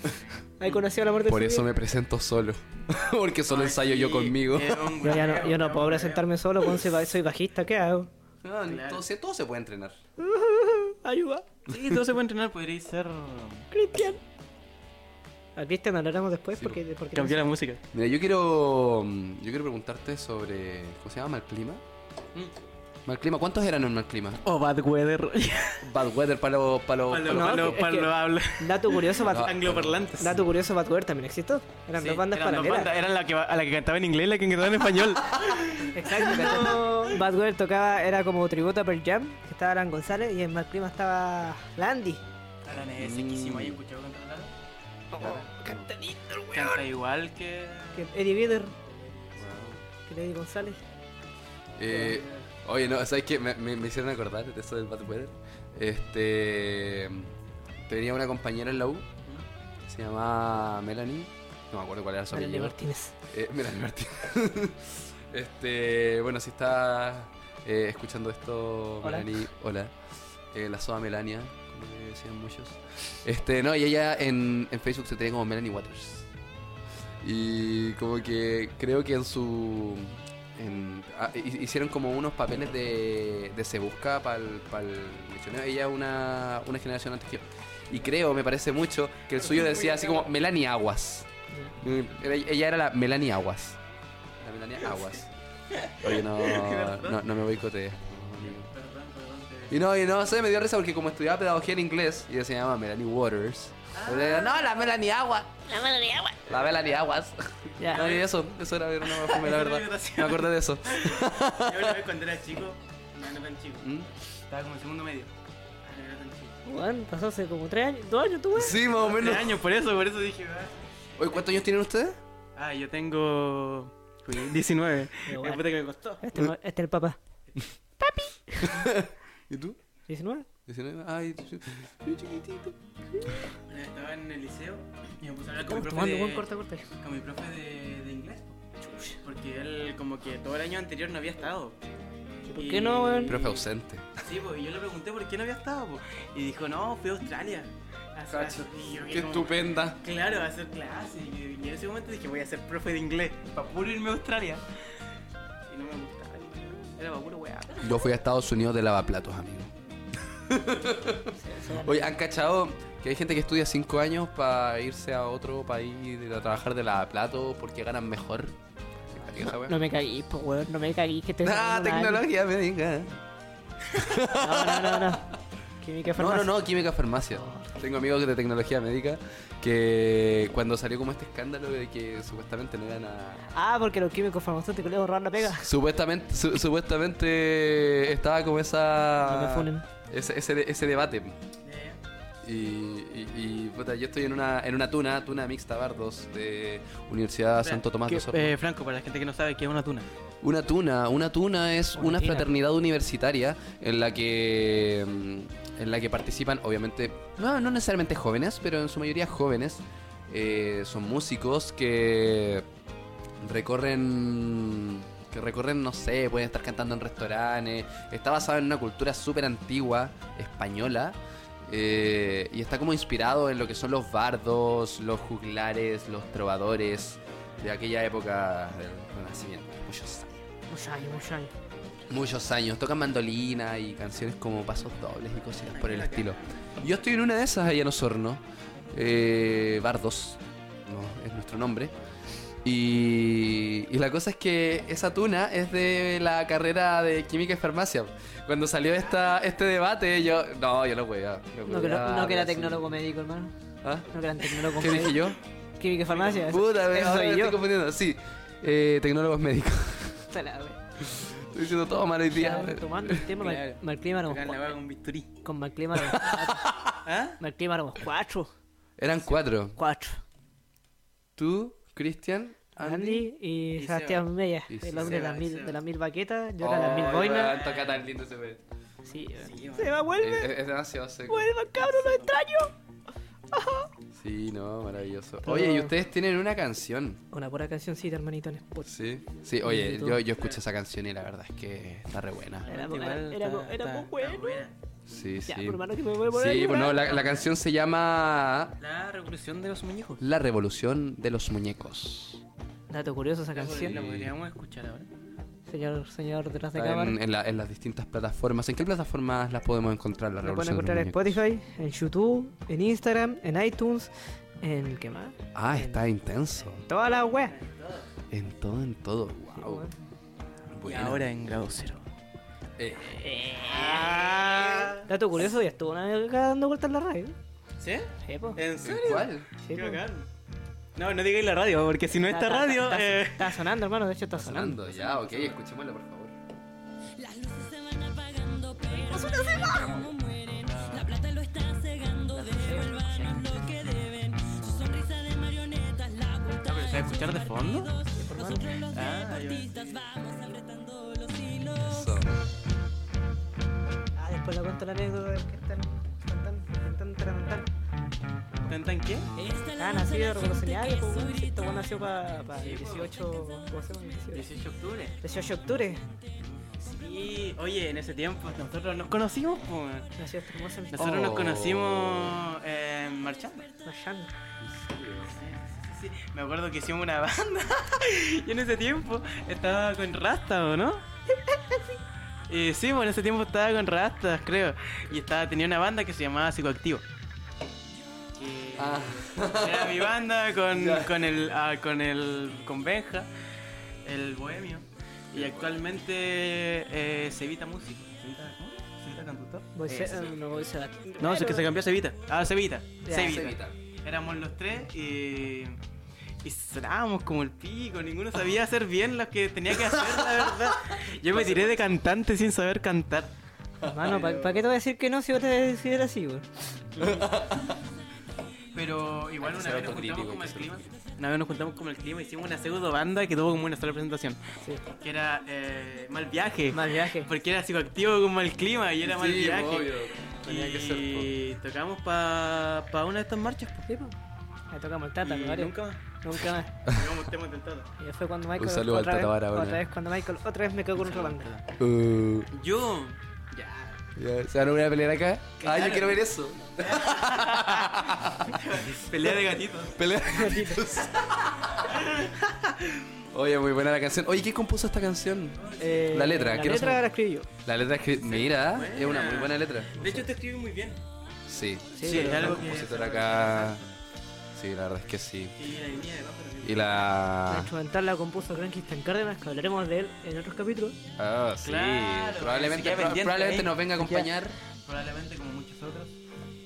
Ahí conoció el amor de
Por
su
eso
vida.
me presento solo. Porque solo ensayo yo conmigo.
Era un
Yo, ya no,
weón,
yo no
weón,
puedo
weón.
presentarme solo, weón, si soy bajista, ¿qué hago?
Ah, entonces todo se puede entrenar.
Ayuda.
Sí, todo se puede entrenar, podríais ser.
Cristian. A Ah, Cristian hablaremos después porque, porque
Cambiar la música.
Mira, yo quiero. mm, Yo quiero preguntarte sobre. ¿Cómo se llama? ¿Mal clima?
Mm.
¿Mal clima? ¿Cuántos eran en mal clima?
O Bad Weather.
Bad weather para los. Para los.
Palo,
No,
palo,
es que-
palo, habla.
Dato curioso, Bad,
Ah.
Angloparlantes.
dato curioso, Bad Weather también existió. Eran
Sí,
dos bandas
eran dos
paralelas.
bandas, Eran la que, a la que cantaba en inglés y la que cantaba en español.
Exacto. ¿cachai? Bad Weather tocaba, era como tributo a Pearl Jam, que estaba Alan González y en Mal Clima estaba Landy.
Alan es sequísimo. ¿Hay escuchado cantar Alan?
Oh,
Canta igual que.
Que Eddie Vedder, que Eddie González.
Eh, oye, no, ¿sabes qué? Me, me- me hicieron acordar de eso del Bad Weather. Este. Tenía una compañera en la U, se llamaba Melanie. No me acuerdo cuál era su
Melanie
apellido.
Martínez.
Eh, Melanie Martínez. este. Bueno, si está eh, escuchando esto,
Hola.
Melanie. Hola. Eh, la soda Melania, como le decían muchos. Este, no, y ella en, en Facebook se tenía como Melanie Waters. Y como que creo que en su. en- ah, hi- hicieron como unos papeles de, de Se Busca para el misionero. Ella es una, una generación antes que yo. Y creo, me parece mucho, que el suyo decía así como Melanie Aguas. Era- ella era la Melanie Aguas. La Melanie Aguas. Oye, no, no, no me boicotees. no, amigo. Y no, y no sé, me dio risa porque como estudiaba pedagogía en inglés y ella se llama Melanie Waters. yo le digo, no, la Melanie Aguas.
La madre de agua.
Ah. La Melanie Aguas.
Ya.
No, y eso, eso era ver una perfume, la
Esa era mi
verdad.
votación.
Me acordé de eso.
Yo una vez cuando era chico, no, no tan chico,
¿Mm?
estaba como en segundo medio. Ah, No era tan chico.
Bueno, pasó hace como tres años, dos años tú, weón.
Sí, más o menos.
Tres años, por eso, por eso dije. ah.
Oye, ¿cuántos años tienen ustedes?
Ah, yo tengo. fui 19.
Pero
Me
bueno.
puta que me costó.
Este, no- este es el papá.
¿Y tú?
19.
19. Ay, yo- yo chiquitito.
Bueno, Estaba en el liceo y me puse a hablar con
¿Cómo
mi profe,
tomando,
de,
weón? Corta, corta.
con mi profe de, de inglés. Porque él, como que todo el año anterior no había estado.
¿Por
Y-
qué no, weón?
Profe ausente.
Sí, pues, y yo le pregunté por qué no había estado. po. Y dijo, no, fui a Australia. A hacer-
Cacha.
y yo
Qué
como-
estupenda.
Claro, a hacer clases. Y, y en ese momento dije, voy a ser profe de inglés. Para puro irme a Australia. Y no me gustaba. Era para puro weá.
Yo fui a Estados Unidos de lavaplatos, amigo. Oye, ¿han cachado que hay gente que estudia 5 años para irse a otro país de- a trabajar de lavaplatos porque ganan mejor? ¿Sí, cachan esa wea?
No me caguís, po, weón. No me caguís que te.
Ah, tecnología médica.
No, no, no, no. Química
No, no,
farmacia. Oh.
no, química farmacia. Tengo amigos de tecnología médica que cuando salió como este escándalo de que supuestamente no eran a...
Ah, porque los químicos farmacéuticos le borraron la pega.
Supuestamente, su- supuestamente estaba como
No me funen.
esa... Ese, ese, de- ese debate. Y, y- y, puta, yo estoy en una, en una tuna, tuna mixta Bardos, de Universidad Santo Tomás de Osorno.
Eh, Franco, para la gente que no sabe, ¿qué es una tuna?
Una tuna, una tuna es
Una
una
tina.
fraternidad universitaria en la que mm, en la que participan, obviamente, no, no necesariamente jóvenes, pero en su mayoría jóvenes. Eh, son músicos que recorren que recorren, no sé, pueden estar cantando en restaurantes. Está basado en una cultura súper antigua española. eh, y está como inspirado en lo que son los bardos, los juglares, los trovadores, de aquella época del Renacimiento. Pues Muchos años.
Muchos años, muchos años.
Muchos años. Tocan mandolina y canciones como pasos dobles y cositas por el estilo. Yo estoy en una de esas allá en Osorno. Eh, Bardos no, es nuestro nombre. Y, y la cosa es que esa tuna es de la carrera de química y farmacia. Cuando salió esta, este debate, yo. No, yo lo voy a.
No que, lo- no que era tecnólogo médico, hermano. No que eran tecnólogos
¿Qué dije
médicos.
yo?
Química y farmacia. eso-
Puta, me,
eso
ahora
soy
me
yo.
estoy confundiendo. Sí, eh, tecnólogos médicos.
Puta la wea.
Estoy diciendo todo mal hoy día.
Ya, Tomando el tema,
Claro.
mal, mal clima éramos
Acá la
cua-
weá con bisturí.
Con mal clima éramos cuatro.
¿Ah?
Mal clima éramos cuatro.
Eran cuatro.
Cuatro.
Tú, Cristian, Andy.
Andy y,
Y
Sebastián Mella.
Y
El hombre de
Seba,
las
y
mil,
Seba.
de las mil baquetas. Yo era las mil
Ay,
boinas.
weón, toca tan lindo ese weón.
Sí, weón.
Sí, weón.
Se va,
Es,
vuelve.
es demasiado seco.
Vuelve, cabrón, lo extraño.
Sí, no, maravilloso.
Pero-
Oye, y ustedes tienen una canción.
Una pura cancioncita, hermanito, en Spotify.
Sí. Sí, oye,
Bonito.
yo, yo escuché esa canción y la verdad es que está re buena.
Era-
Igual
era-
está-
era muy
está- está
bueno.
buena.
Sí, sí.
Ya, por hermano, que me voy a poner.
Sí,
a
bueno,
llorar.
la, la canción se llama
La revolución de los muñecos.
La Revolución de los Muñecos.
Dato curioso esa
pues,
La
canción.
podríamos- la podríamos escuchar ahora.
Señor, señor, detrás de
Está
cámara.
en, en la- en las distintas plataformas. ¿En qué plataformas las podemos encontrar? La
Lo pueden
Revolución de
encontrar
los
en Spotify, en YouTube, en Instagram, en iTunes, en qué más.
Muñecos? Ah, está intenso.
Todas las weas.
En todo, en todo. Wow.
weón.
Y
Buena.
ahora en grado cero.
Eh,
Ah.
Dato curioso, ya estuvo una vez acá dando vueltas en la radio.
¿Sí? pues.
Sí, po.
¿En serio?
¿Cuál?
Sí, po.
No, no digáis la radio, porque si no
Está-
esta
está-
radio.
Está,
eh,
está sonando, hermano, de hecho está
Está
sonando.
sonando ya, ok, escuchémosla por favor.
Las luces se van apagando, pero mañana como mueren. La plata lo está cegando, devuélvanos lo que deben. Su sonrisa de marionetas, la
Ah, pero
culpa
¿se va a escuchar de fondo?
Nosotros los
Ah, ya.
deportistas vamos apretando los hilos.
Eso.
Ah, después le cuento la anécdota del que están cantando, cantando, cantando, cantando.
¿Tan tan qué?
Esta es la
Ah,
noche
nacido
de
revolucionario, pues bueno,
gente
este
que
weón
grita.
nació para pa
pues,
18. ¿Cómo se llama? 18
18 de octubre.
18 de octubre.
Sí, oye, en ese tiempo nosotros nos conocimos, pues.
Nació esta hermosa amistad.
Nosotros nos
Oh.
conocimos eh, marchando.
Marchando.
Sí, me acuerdo que hicimos una banda. Yo en ese tiempo estaba con Rasta, ¿o no? Eh, sí, bueno, en ese tiempo estaba con Rastas, creo. Y estaba, tenía una banda que se llamaba Psicoactivo. Que
Ah.
Era mi banda con, con el ah, con el con Benja, el bohemio. Y actualmente eh, Sevita Músico. Sevita, ¿cómo? Sevita Cantautor.
Voy
Eh,
a ser- No, voy a ser-
no, es que se cambió a Sevita. Ah, Sevita.
Ya.
Sevita. Éramos los tres y. Y sonábamos como el pico, ninguno sabía hacer bien lo que tenía que hacer, la verdad. Yo me tiré de cantante sin saber cantar.
Hermano, ¿para qué te voy a decir que no si vos te decidieras así, güey?
Pero igual
Hay que ser
una vez nos juntamos
autocrítico,
como
hay
el
que ser
clima. Una vez nos juntamos como el clima, hicimos una pseudo banda que tuvo como una sola presentación.
Sí.
Que era eh, Mal Viaje.
Mal viaje.
Porque era psicoactivo como el clima y era Mal
Sí,
Viaje.
obvio. Tenía
y
que ser.
tocamos para una de estas marchas. po.
Sí, po. Le tocamos el tata,
Y
lo varios.
nunca más.
Nunca más.
Tocamos temas del Tata.
Y fue cuando Michael.
saludo al
otra
Tata
vez-
Barahona.
Otra vez cuando Michael otra vez me cago en otra banda.
Uh,
Yo. Ya.
ya, ¿Se van a poner a pelear acá? Ah, yo
Claro.
quiero ver eso.
Pelea de gatitos.
Pelear de gatitos. Oye, muy buena la canción. Oye, ¿quién compuso esta canción?
Eh,
La letra,
La
quiero
letra
saber.
la escribí yo.
La letra es que. Mira,
buena.
es una muy buena letra.
De hecho, te escribí muy bien.
Sí.
Sí,
Sí,
pero-
algo
El compositor acá. Sí, la verdad es que sí.
Y la línea de bajo también.
Y
La
la. ah,
instrumental la compuso Frankenstein Cárdenas, que hablaremos de él en otros capítulos.
Ah, sí.
Claro, se
probablemente
queda
pro-
pendiente
probablemente
ahí.
nos venga a
Se queda-
acompañar.
Probablemente como muchos otros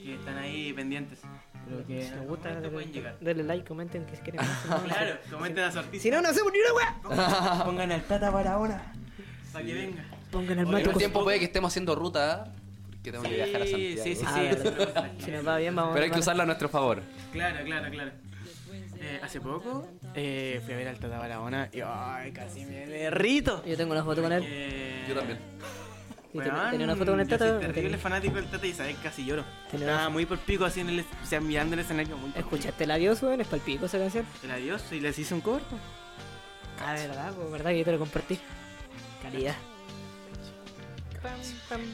que están ahí pendientes. Pero que
Si
en
les
algún
gusta,
momento pueden
denle,
llegar.
denle like, comenten que si quieren más. si no, no sé.
Claro, comenten a su artista.
Si no, no hacemos ni una wea.
Pongan al Tata para ahora. Para que venga.
Pongan el pues.
En
Oye,
mato
un
con
tiempo puede que estemos haciendo ruta. ¿eh? Porque tengo que viajar a
Sí,
Santiago.
sí, sí,
Ah,
sí.
verdad. Si nos va bien, vamos
Pero hay que
vamos.
usarla a nuestro favor.
Claro, claro, claro. Eh, hace poco eh, fui a ver al Tata Barahona y ay, casi me derrito.
Yo tengo una foto con él.
Eh,
Y ten-
Weón,
tenía una foto con el
yo soy
Tata. no
terrible
tenía.
fanático del Tata y sabes, casi lloro.
Tenía
Estaba
una-
muy por pico así en el, o sea, mirando el escenario. Muy por pico.
¿Escuchaste el adiós, weón? Es palpico esa canción.
El adiós y les hice un corto.
Ah, verdad, pues, verdad que yo te lo compartí. Calidad.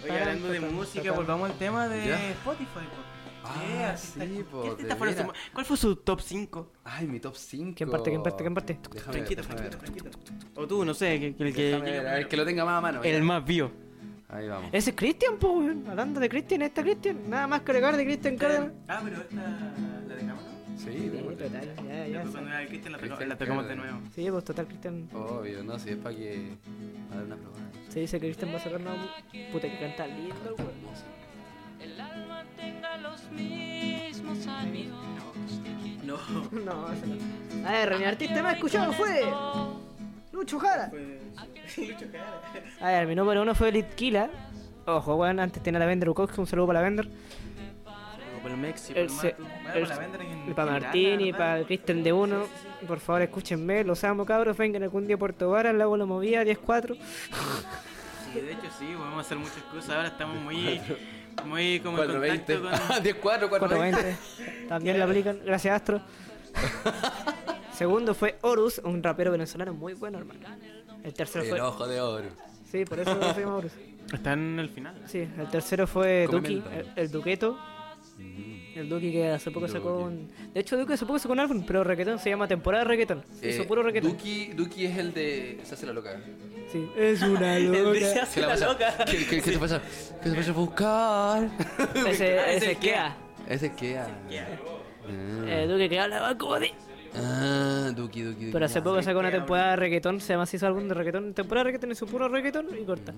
Oye, hablando de música, volvamos al tema de
Ya.
Spotify. po.
Ah,
artista-
sí, po,
¿qué
de
artista fueron su-
veras.
este ¿Cuál fue su top 5?
Ay, mi top 5.
¿Quién parte, quién parte, quién parte?
Franquito, Franquito, Franquito. O tú, no sé, que, que el que...
a ver, que lo tenga más a mano.
El
ya.
más vivo.
Ahí vamos.
Ese es Cristian, po, weón. Hablando de Cristian, ahí está Cristian. Nada más que agregar de Cristian Cárdenas.
Ah, pero esta... ¿La dejamos? no?
Sí, démosle.
total, ya,
Ya,
ya.
pues
sí.
Cuando era el Cristian la tocamos-
Cristian
la tocamos de
Cárdenas.
nuevo.
Sí, pues total, Cristian.
Obvio, no, si es para que. Para dar una probada.
Se dice que Cristian va a sacar una puta que canta lindo, weón.
El alma tenga los mismos amigos.
No.
No, eso no. A ver, mi artista más escuchado fue Lucho Jara. A ver, mi número uno fue Litquila. Ojo, weón, antes tenía la Vender Ukowski, un saludo para la Vender.
Por el Mexi, por
El
el
se-
Matu. pues, Bueno,
el-
por la Vendra en-
Y para
en
Martín y
Irlanda,
para
¿verdad?
Cristian de Uno. Por favor, escúchenme, los amo, cabros. Vengan algún día a Puerto Vara, el lago lo movía, 10-4.
Sí, de hecho sí, podemos hacer muchas cosas. Ahora estamos muy, muy como en
420.
contacto con...
Ah, 10, 4, 420.
420. También la aplican, gracias Astro. Segundo fue Horus, un rapero venezolano muy bueno, hermano. El tercero
El
fue.
ojo de oro.
Sí, por eso se llama Horus.
Está en el final.
Sí, el tercero fue
Cómeme
Duki,
el pan.
el, el Duqueto. El Duki que hace poco
Mm.
sacó
Duki.
un. De hecho, Duki hace poco sacó un álbum, pero reggaetón se llama Temporada de Reggaetón. Se hizo
Eh,
puro reggaetón.
Duki, Duki es el de. Se hace la loca.
Sí. Es una
El de se
loca.
hace la loca.
¿Qué, qué, qué se pasa? ¿Qué se pasa a buscar?
Ah,
Ese,
es
ese
el Kea.
Kea.
Ese que. Ah,
Eh, Duki que habla como de.
ah, Duki, Duki, Duki.
Pero hace poco sacó una
Kea,
temporada de reggaetón, se llama así su álbum de reggaetón. Temporada de reggaetón es su puro reggaetón y corta.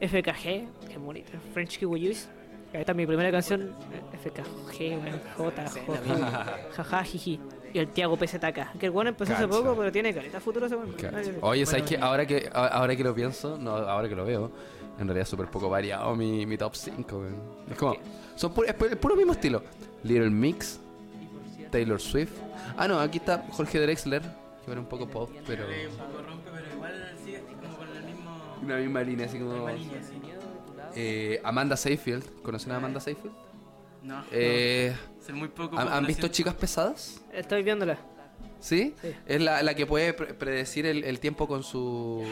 FKG, qué bonito. French Kiwi Juice. Ahí está mi primera canción. eh, FKG, weón, J, J, jaja, jiji. Y el Tiago PZK. Que el weón empezó hace poco, pero tiene caleta futuro ese weón.
Cacho.
Nadie-
Oye, ¿sabes qué? Ahora que, a- ahora que lo pienso, no, ahora que lo veo, en realidad es súper poco variado mi, mi top 5. Es como, son pu- es pu- es puro mismo estilo. Little Mix, Taylor Swift. Ah, no, aquí está Jorge Drexler, que era un poco pop, pero...
Eh, Un poco rompe, pero igual sigue así como con el mismo...
Una misma línea, así
la
como...
misma línea, sí.
Eh, Amanda Seyfield, ¿conocen a Amanda Seyfield?
No,
Eh,
no, soy muy poco...
¿han, han visto
población.
Chicas Pesadas?
Estoy viéndola.
¿Sí?
Sí.
Es la, la que puede pre- predecir el, el tiempo con su...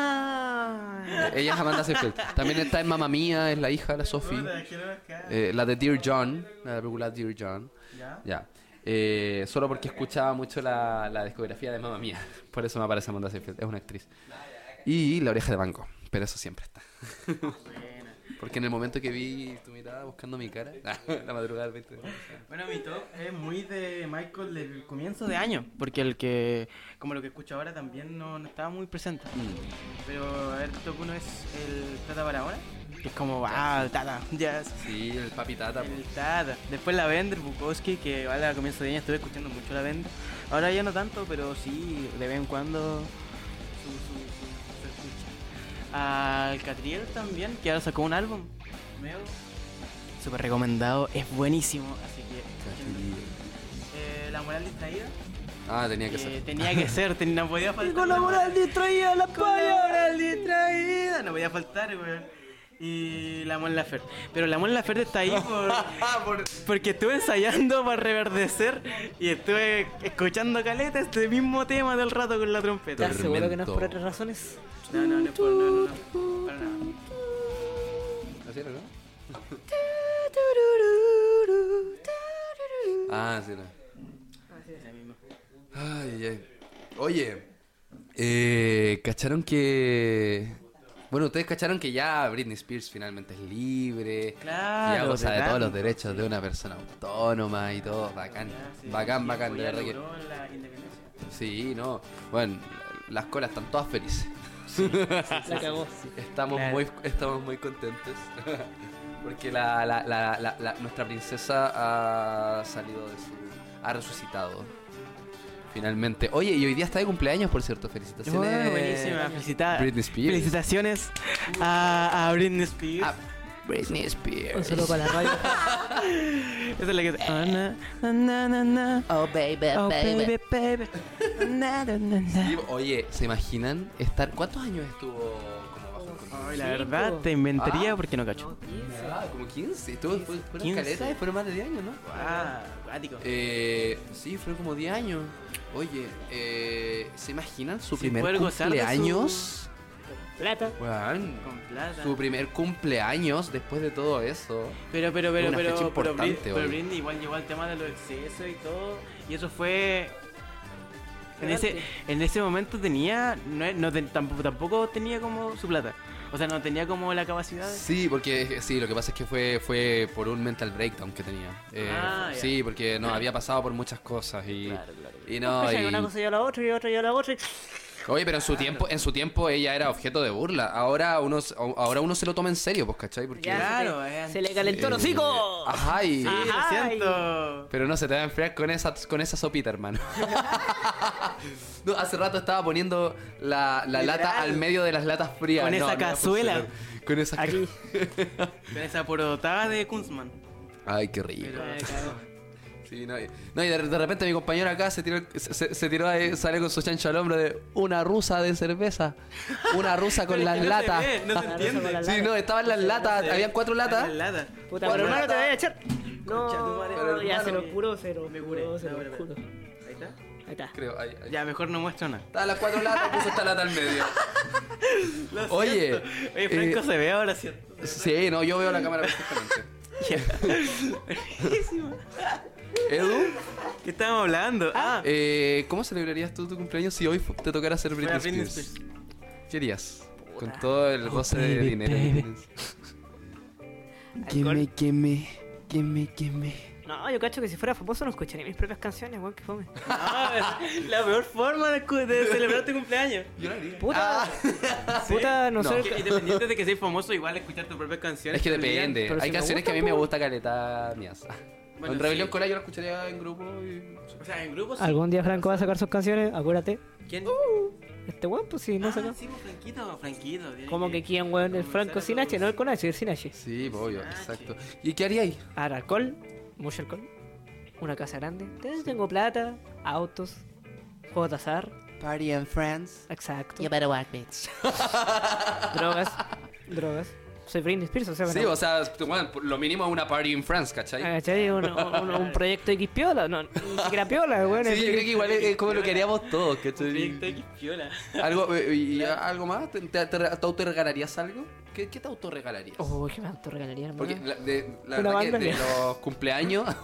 ¡Ah!
Ella es Amanda Seyfield. También está en Mamma Mía, es la hija de la Sophie.
Puta, quiero ver acá.
Eh, la de Dear John, la de la película Dear John.
Ya.
Ya. Eh, solo porque escuchaba mucho la, la discografía de Mamma Mía. Por eso me aparece Amanda Seyfield. Es una actriz. Y La Oreja de Banco. Pero eso siempre está. Porque en el momento que vi tu mirada buscando mi cara, la madrugada del 20 de marzo.
Bueno, mi top es muy de Michael del comienzo de año, porque el que, como lo que escucho ahora, también no, no estaba muy presente. Pero, a ver, top uno es el Tata Barahona, que es como, ah, el Tata, ya es
Sí, el papi tata. po.
el Tata. Después la Bender, Bukowski, que igual a comienzo de año estuve escuchando mucho la Bender. Ahora ya no tanto, pero sí, de vez en cuando su, su- su- se escucha. Al Catriel también, que ahora sacó un álbum nuevo, súper recomendado, es buenísimo, así que... escúchenlo. Eh, la moral distraída.
Ah, tenía que
eh,
ser.
tenía que ser, ten- no podía faltar.
Con la moral distraída, la
Con la
paya.
moral distraída, no podía faltar, weón. Y la Mon Laferte. Pero la Mon Laferte está ahí por, porque estuve ensayando para reverdecer y estuve escuchando caleta este mismo tema del rato con la trompeta.
¿Estás seguro que no es por
Tormento.
otras razones?
No, no, no, es por- no, no, no, para nada.
¿Así era, no? ah, sí, no.
Esa misma.
Ay, ay, ay. Oye, eh, ¿cacharon que... Bueno, ustedes cacharon que ya Britney Spears finalmente es libre.
Claro,
Ya goza de
¿verdad?
todos los derechos de una persona autónoma y todo. Bacán,
Ah,
bacán, bacán. De
Ya
verdad que...
logró la independencia.
Sí, no. Bueno, las colas están todas felices.
La cagó.
Estamos,
Claro.
muy, estamos muy contentes. Porque la, la- la- la- la- nuestra princesa ha salido de su... Ha resucitado. Finalmente. Oye, y hoy día está de cumpleaños, por cierto. Felicitaciones.
Bueno, Oh, buenísima. Felicita-
Britney Spears.
Felicitaciones a, a Britney Spears.
Ah, Britney Spears.
Un saludo para la radio.
Esa es la que. Ah, na, na, na, na.
Oh, baby,
Oh,
baby.
baby, baby. Na, na, na, na.
Sí, Oye, ¿se imaginan estar cuántos años estuvo como bajo el control?
Ay, la verdad, te inventaría porque no cacho.
Ah, como 15. Estuvo, fue, fueron
15.
caletas, fueron más de 10 años, ¿no?
Ah, acuático.
Eh, sí, fueron como 10 años. Oye, eh, ¿se imaginan su
Sí,
primer
poder gozar de
cumpleaños?
plata.
Weón,
Con plata.
su primer cumpleaños después de todo eso.
Pero, pero, pero,
Una
pero,
fecha
pero, Britney,
importante,
pero
oye.
Britney igual llegó al tema de los excesos y todo. Y eso fue. En ese, en ese momento tenía. No, es- no ten- tampoco, tampoco tenía como su plata. O sea, no tenía como la capacidad. de-
Sí, porque sí, lo que pasa es que fue fue por un mental breakdown que tenía. Eh,
Ah, ya.
sí, porque no había pasado por muchas cosas y
Claro, claro.
y no
Cacha,
y-
Una cosa lleva a la otra y otra lleva a la otra. y-
Oye, pero en su tiempo en su tiempo ella era objeto de burla. Ahora uno se- ahora uno se lo toma en serio, pues, ¿cachai? Porque
Ya,
Claro,
se, le,
eh. Ah,
se le calentó el
eh,
hocico.
Ajá, y-
Sí, lo
Ajá, y-
siento.
Pero no se te va a enfriar con esa, con esa sopita, hermano. No, hace rato estaba poniendo la, la
Literal.
lata al medio de las latas frías.
Con
No,
esa
no va a
cazuela.
funcionar. Con esa ca-
Aquí.
Con esa porotada de Kunzman.
Ay, qué rico.
Pero, eh,
Sí, no, y, no, y de, de repente mi compañero acá se tiró, se- se, se tiró ahí, sale con su chancho al hombro de una rusa de cerveza. Una rusa con
Pero es
las
que no se
latas.
ve, no se
Claro,
entiende.
con las
Sí, no, estaban las latas, habían cuatro latas.
Las latas.
Puta,
Cuatro
pero hermano, te voy
latas.
a echar.
Concha tu madre.
No, ya
Pero,
se lo
hermano,
curó, se lo
me curé.
curó, se
No,
lo
pero, pero.
curó.
Ahí está.
Ahí está.
Creo, ahí, ahí.
Ya, mejor no muestro nada.
Estaban las cuatro latas, puso esta lata al medio.
Lo
Oye,
siento. Oye, Franco
eh,
se ve ahora, ¿cierto?
Sí, no, yo veo la cámara perfectamente. Edu,
¿Qué estábamos hablando? Ah,
eh, ¿cómo celebrarías tú tu cumpleaños si hoy fu- te tocara ser
fue la
Britney
Britney
Spears?
Spears.
¿Qué harías? Con
Puta.
todo el goce de
baby,
dinero.
baby.
que tienes.
Alcohol.
queme, queme, queme.
No, yo cacho que si fuera famoso no escucharía mis propias canciones, weón, que fome.
Ah, es la peor forma de, cu- de celebrar tu cumpleaños.
Yo lo haría.
Puta, puta, no,
No.
sé.
Que Independiente de que seas famoso, igual escuchar tus propias canciones.
Es que
todo el día.
depende.
Pero
Hay
si me
canciones
gusta,
que a mí me
po.
gusta caleta mías.
Bueno,
en Rebelión
sí.
Cola yo la escucharía en grupo y...
O sea, en grupos.
Algún día Franco va a sacar sus canciones, acuérdate.
¿Quién?
Este weón, pues si no
ah,
saca.
sí, pues, Franquito, Franquito. tiene
Como que quién, weón, el Franco sin H, no el con H, el sin H.
Sí, pues, obvio,
Ah,
exacto. ¿Y qué haría ahí?
Ahora, alcohol, mucho alcohol, una casa grande. Entonces, Tengo plata, autos, juegos de azar.
Party and Friends.
Exacto.
You better watch, bitch.
Drogas, drogas. Soy Britney Spears, o sea,
Sí, o sea, bueno, por lo mínimo es una Party in France, ¿cachai?
¿Cachai? Un, un, un proyecto X piola, no, ni siquiera piola, weón.
Sí, yo creo que igual es, es como lo que haríamos todos,
Un
¿cachai?
proyecto X piola.
¿Algo, eh, y, ¿Algo más? ¿Te, te, te- te autorregalarías algo? ¿Qué, qué te autorregalarías?
Oh, que me autorregalaría, hermano.
Porque la, de, la
Una
verdad que
banda
de
mía.
los cumpleaños,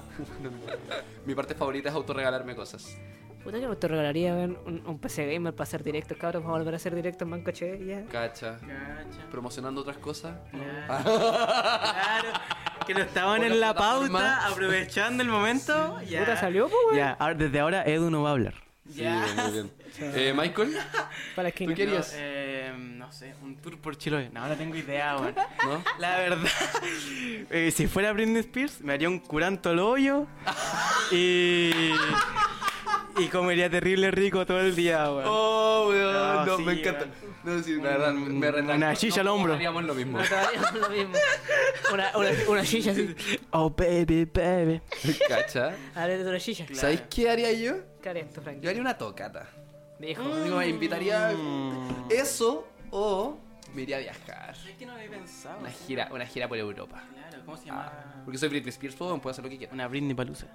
mi parte favorita es autorregalarme cosas.
Puta que me autorregalaría, weón, un, un PC gamer para hacer directos, cabros. Vamos a volver a hacer directos, man, caché, ya.
Cacha.
Cacha.
Promocionando otras cosas.
Claro. Claro. Que no estaban
Por
en
la
la
plataforma.
pauta, aprovechando el momento. Ya.
Puta, salió, pues, weón.
Ya, ahora- desde ahora Edu no va a hablar.
Sí, muy bien. Eh, Michael,
Para la
¿tú
esquina.
qué harías?
No, eh, no sé, un tour por Chiloé. No, no tengo idea, weón.
¿No?
La verdad, eh, si fuera Britney Spears, me haría un curanto al hoyo y. Y comería terrible rico todo el día, weón.
Oh, weón,
No,
no,
sí,
me encanta.
weón.
No, sí, la verdad, me me retracto.
Una silla al
No,
hombro.
Haríamos lo mismo.
lo mismo. Una, una, una shisha así.
Oh, baby, baby.
Cacha.
A ver, una shisha.
Claro.
¿Sabéis qué haría yo?
¿Qué harías tú, Frank?
Yo haría una tocata.
Dijo.
Digo, me invitaría Mm. eso o me iría a viajar.
Es que no había pensado.
Una gira, una gira por Europa.
Claro, ¿cómo se llama?
Porque soy Britney Spears, weón, puedo hacer lo que quiera.
Una Britney Palusa.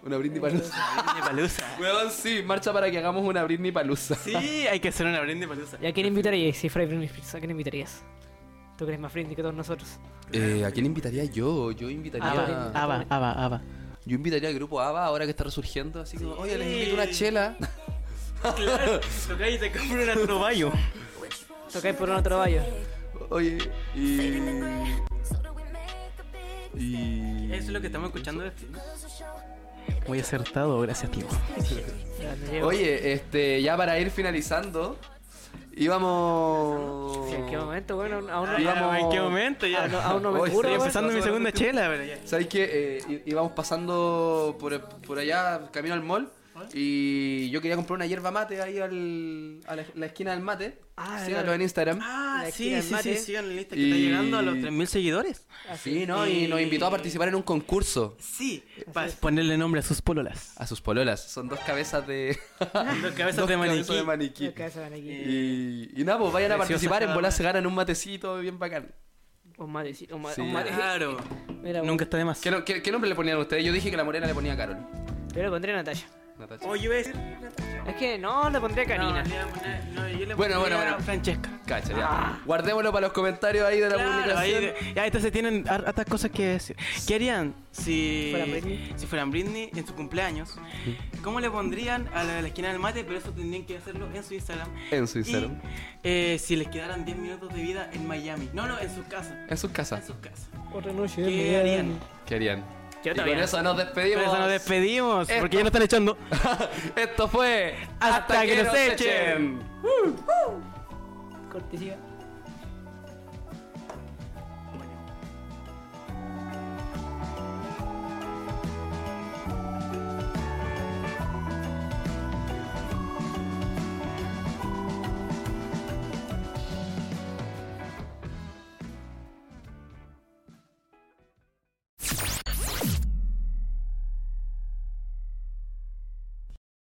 Una Britney palusa.
Britney Palusa.
Weón, sí, marcha para que hagamos una Britney palusa.
Sí, hay que hacer una Britney Palusa.
¿Y a quién invitarías? Si fuera Britney Spears, ¿a quién invitarías? Tú que eres más friendly que todos nosotros.
Eh, ¿A quién invitaría yo? Yo invitaría.
Ava, Ava, Ava, Ava.
Yo invitaría al grupo ABBA ahora que está resurgiendo, así como, oye, les invito una chela.
Claro, toca y te compro un atropallo.
Tocáis por un otro vallo.
Oye, y. Y.
Eso es lo que estamos escuchando. de Frida. Muy acertado, gracias, tío.
Oye, este, ya para ir finalizando, íbamos.
Sí, ¿En qué momento, bueno? Aún
Ah,
no,
Digamos-
¿En qué momento? Ya.
aún no, aún no me
Oye,
curo,
Estoy
sí,
weón.
empezando mi
Vamos a
segunda
hablar de
chela, pero ya.
¿Sabes qué? Eh, í- íbamos pasando por, por allá, camino al mall, y yo quería comprar una hierba mate ahí al, a la, la esquina del mate.
Ah,
Síganlo
era-
en Instagram.
Ah,
La esquina
sí,
del
sí,
mate.
sí, sigan la lista que
Y-
está llegando a los 3.000 seguidores.
sí, ¿no? Y nos invitó a participar en un concurso
Sí, para ponerle nombre a sus pololas.
a sus pololas. Son dos cabezas de.
Ah, Dos cabezas de
cabezas
maniquí.
de maniquí.
Acá se van aquí.
Y, y nada, pues vayan a
Preciosas
participar, en
cada
bola
una.
se ganan un matecito bien bacán.
Un matecito, un ma-
Sí. Ah,
un mate.
Claro,
Mira,
Eh, nunca está de más.
¿Qué, no- qué- qué nombre le ponían ustedes? Yo dije que la morena le ponía a Carol.
Yo le pondría a Natalia.
Natacha.
Oye, yo voy a decir.
Es que no, le pondría
No,
Karina.
le voy a poner- no, yo le
Bueno, bueno,
pondría
bueno.
Francesca.
Cacha, ya. Guardémoslo para los comentarios ahí de la
Claro, ahí-
publicación.
ya, entonces tienen har- hartas cosas que decir. ¿Qué harían si,
Fuera Britney.
si fueran Britney en su cumpleaños? ¿Cómo le pondrían a la, de la esquina del mate? Pero eso tendrían que hacerlo en su Instagram.
En su
Y,
Instagram.
eh, si les quedaran 10 minutos de vida en Miami. No, no, en su casa.
En sus
En
casas.
su casa.
Otra noche.
¿Qué harían?
¿Qué harían?
Yo
Y con
todavía-
eso nos despedimos.
Pero eso nos despedimos,
Esto-
porque ya no están echando.
Esto fue
Hasta que nos echen.
Cortesía.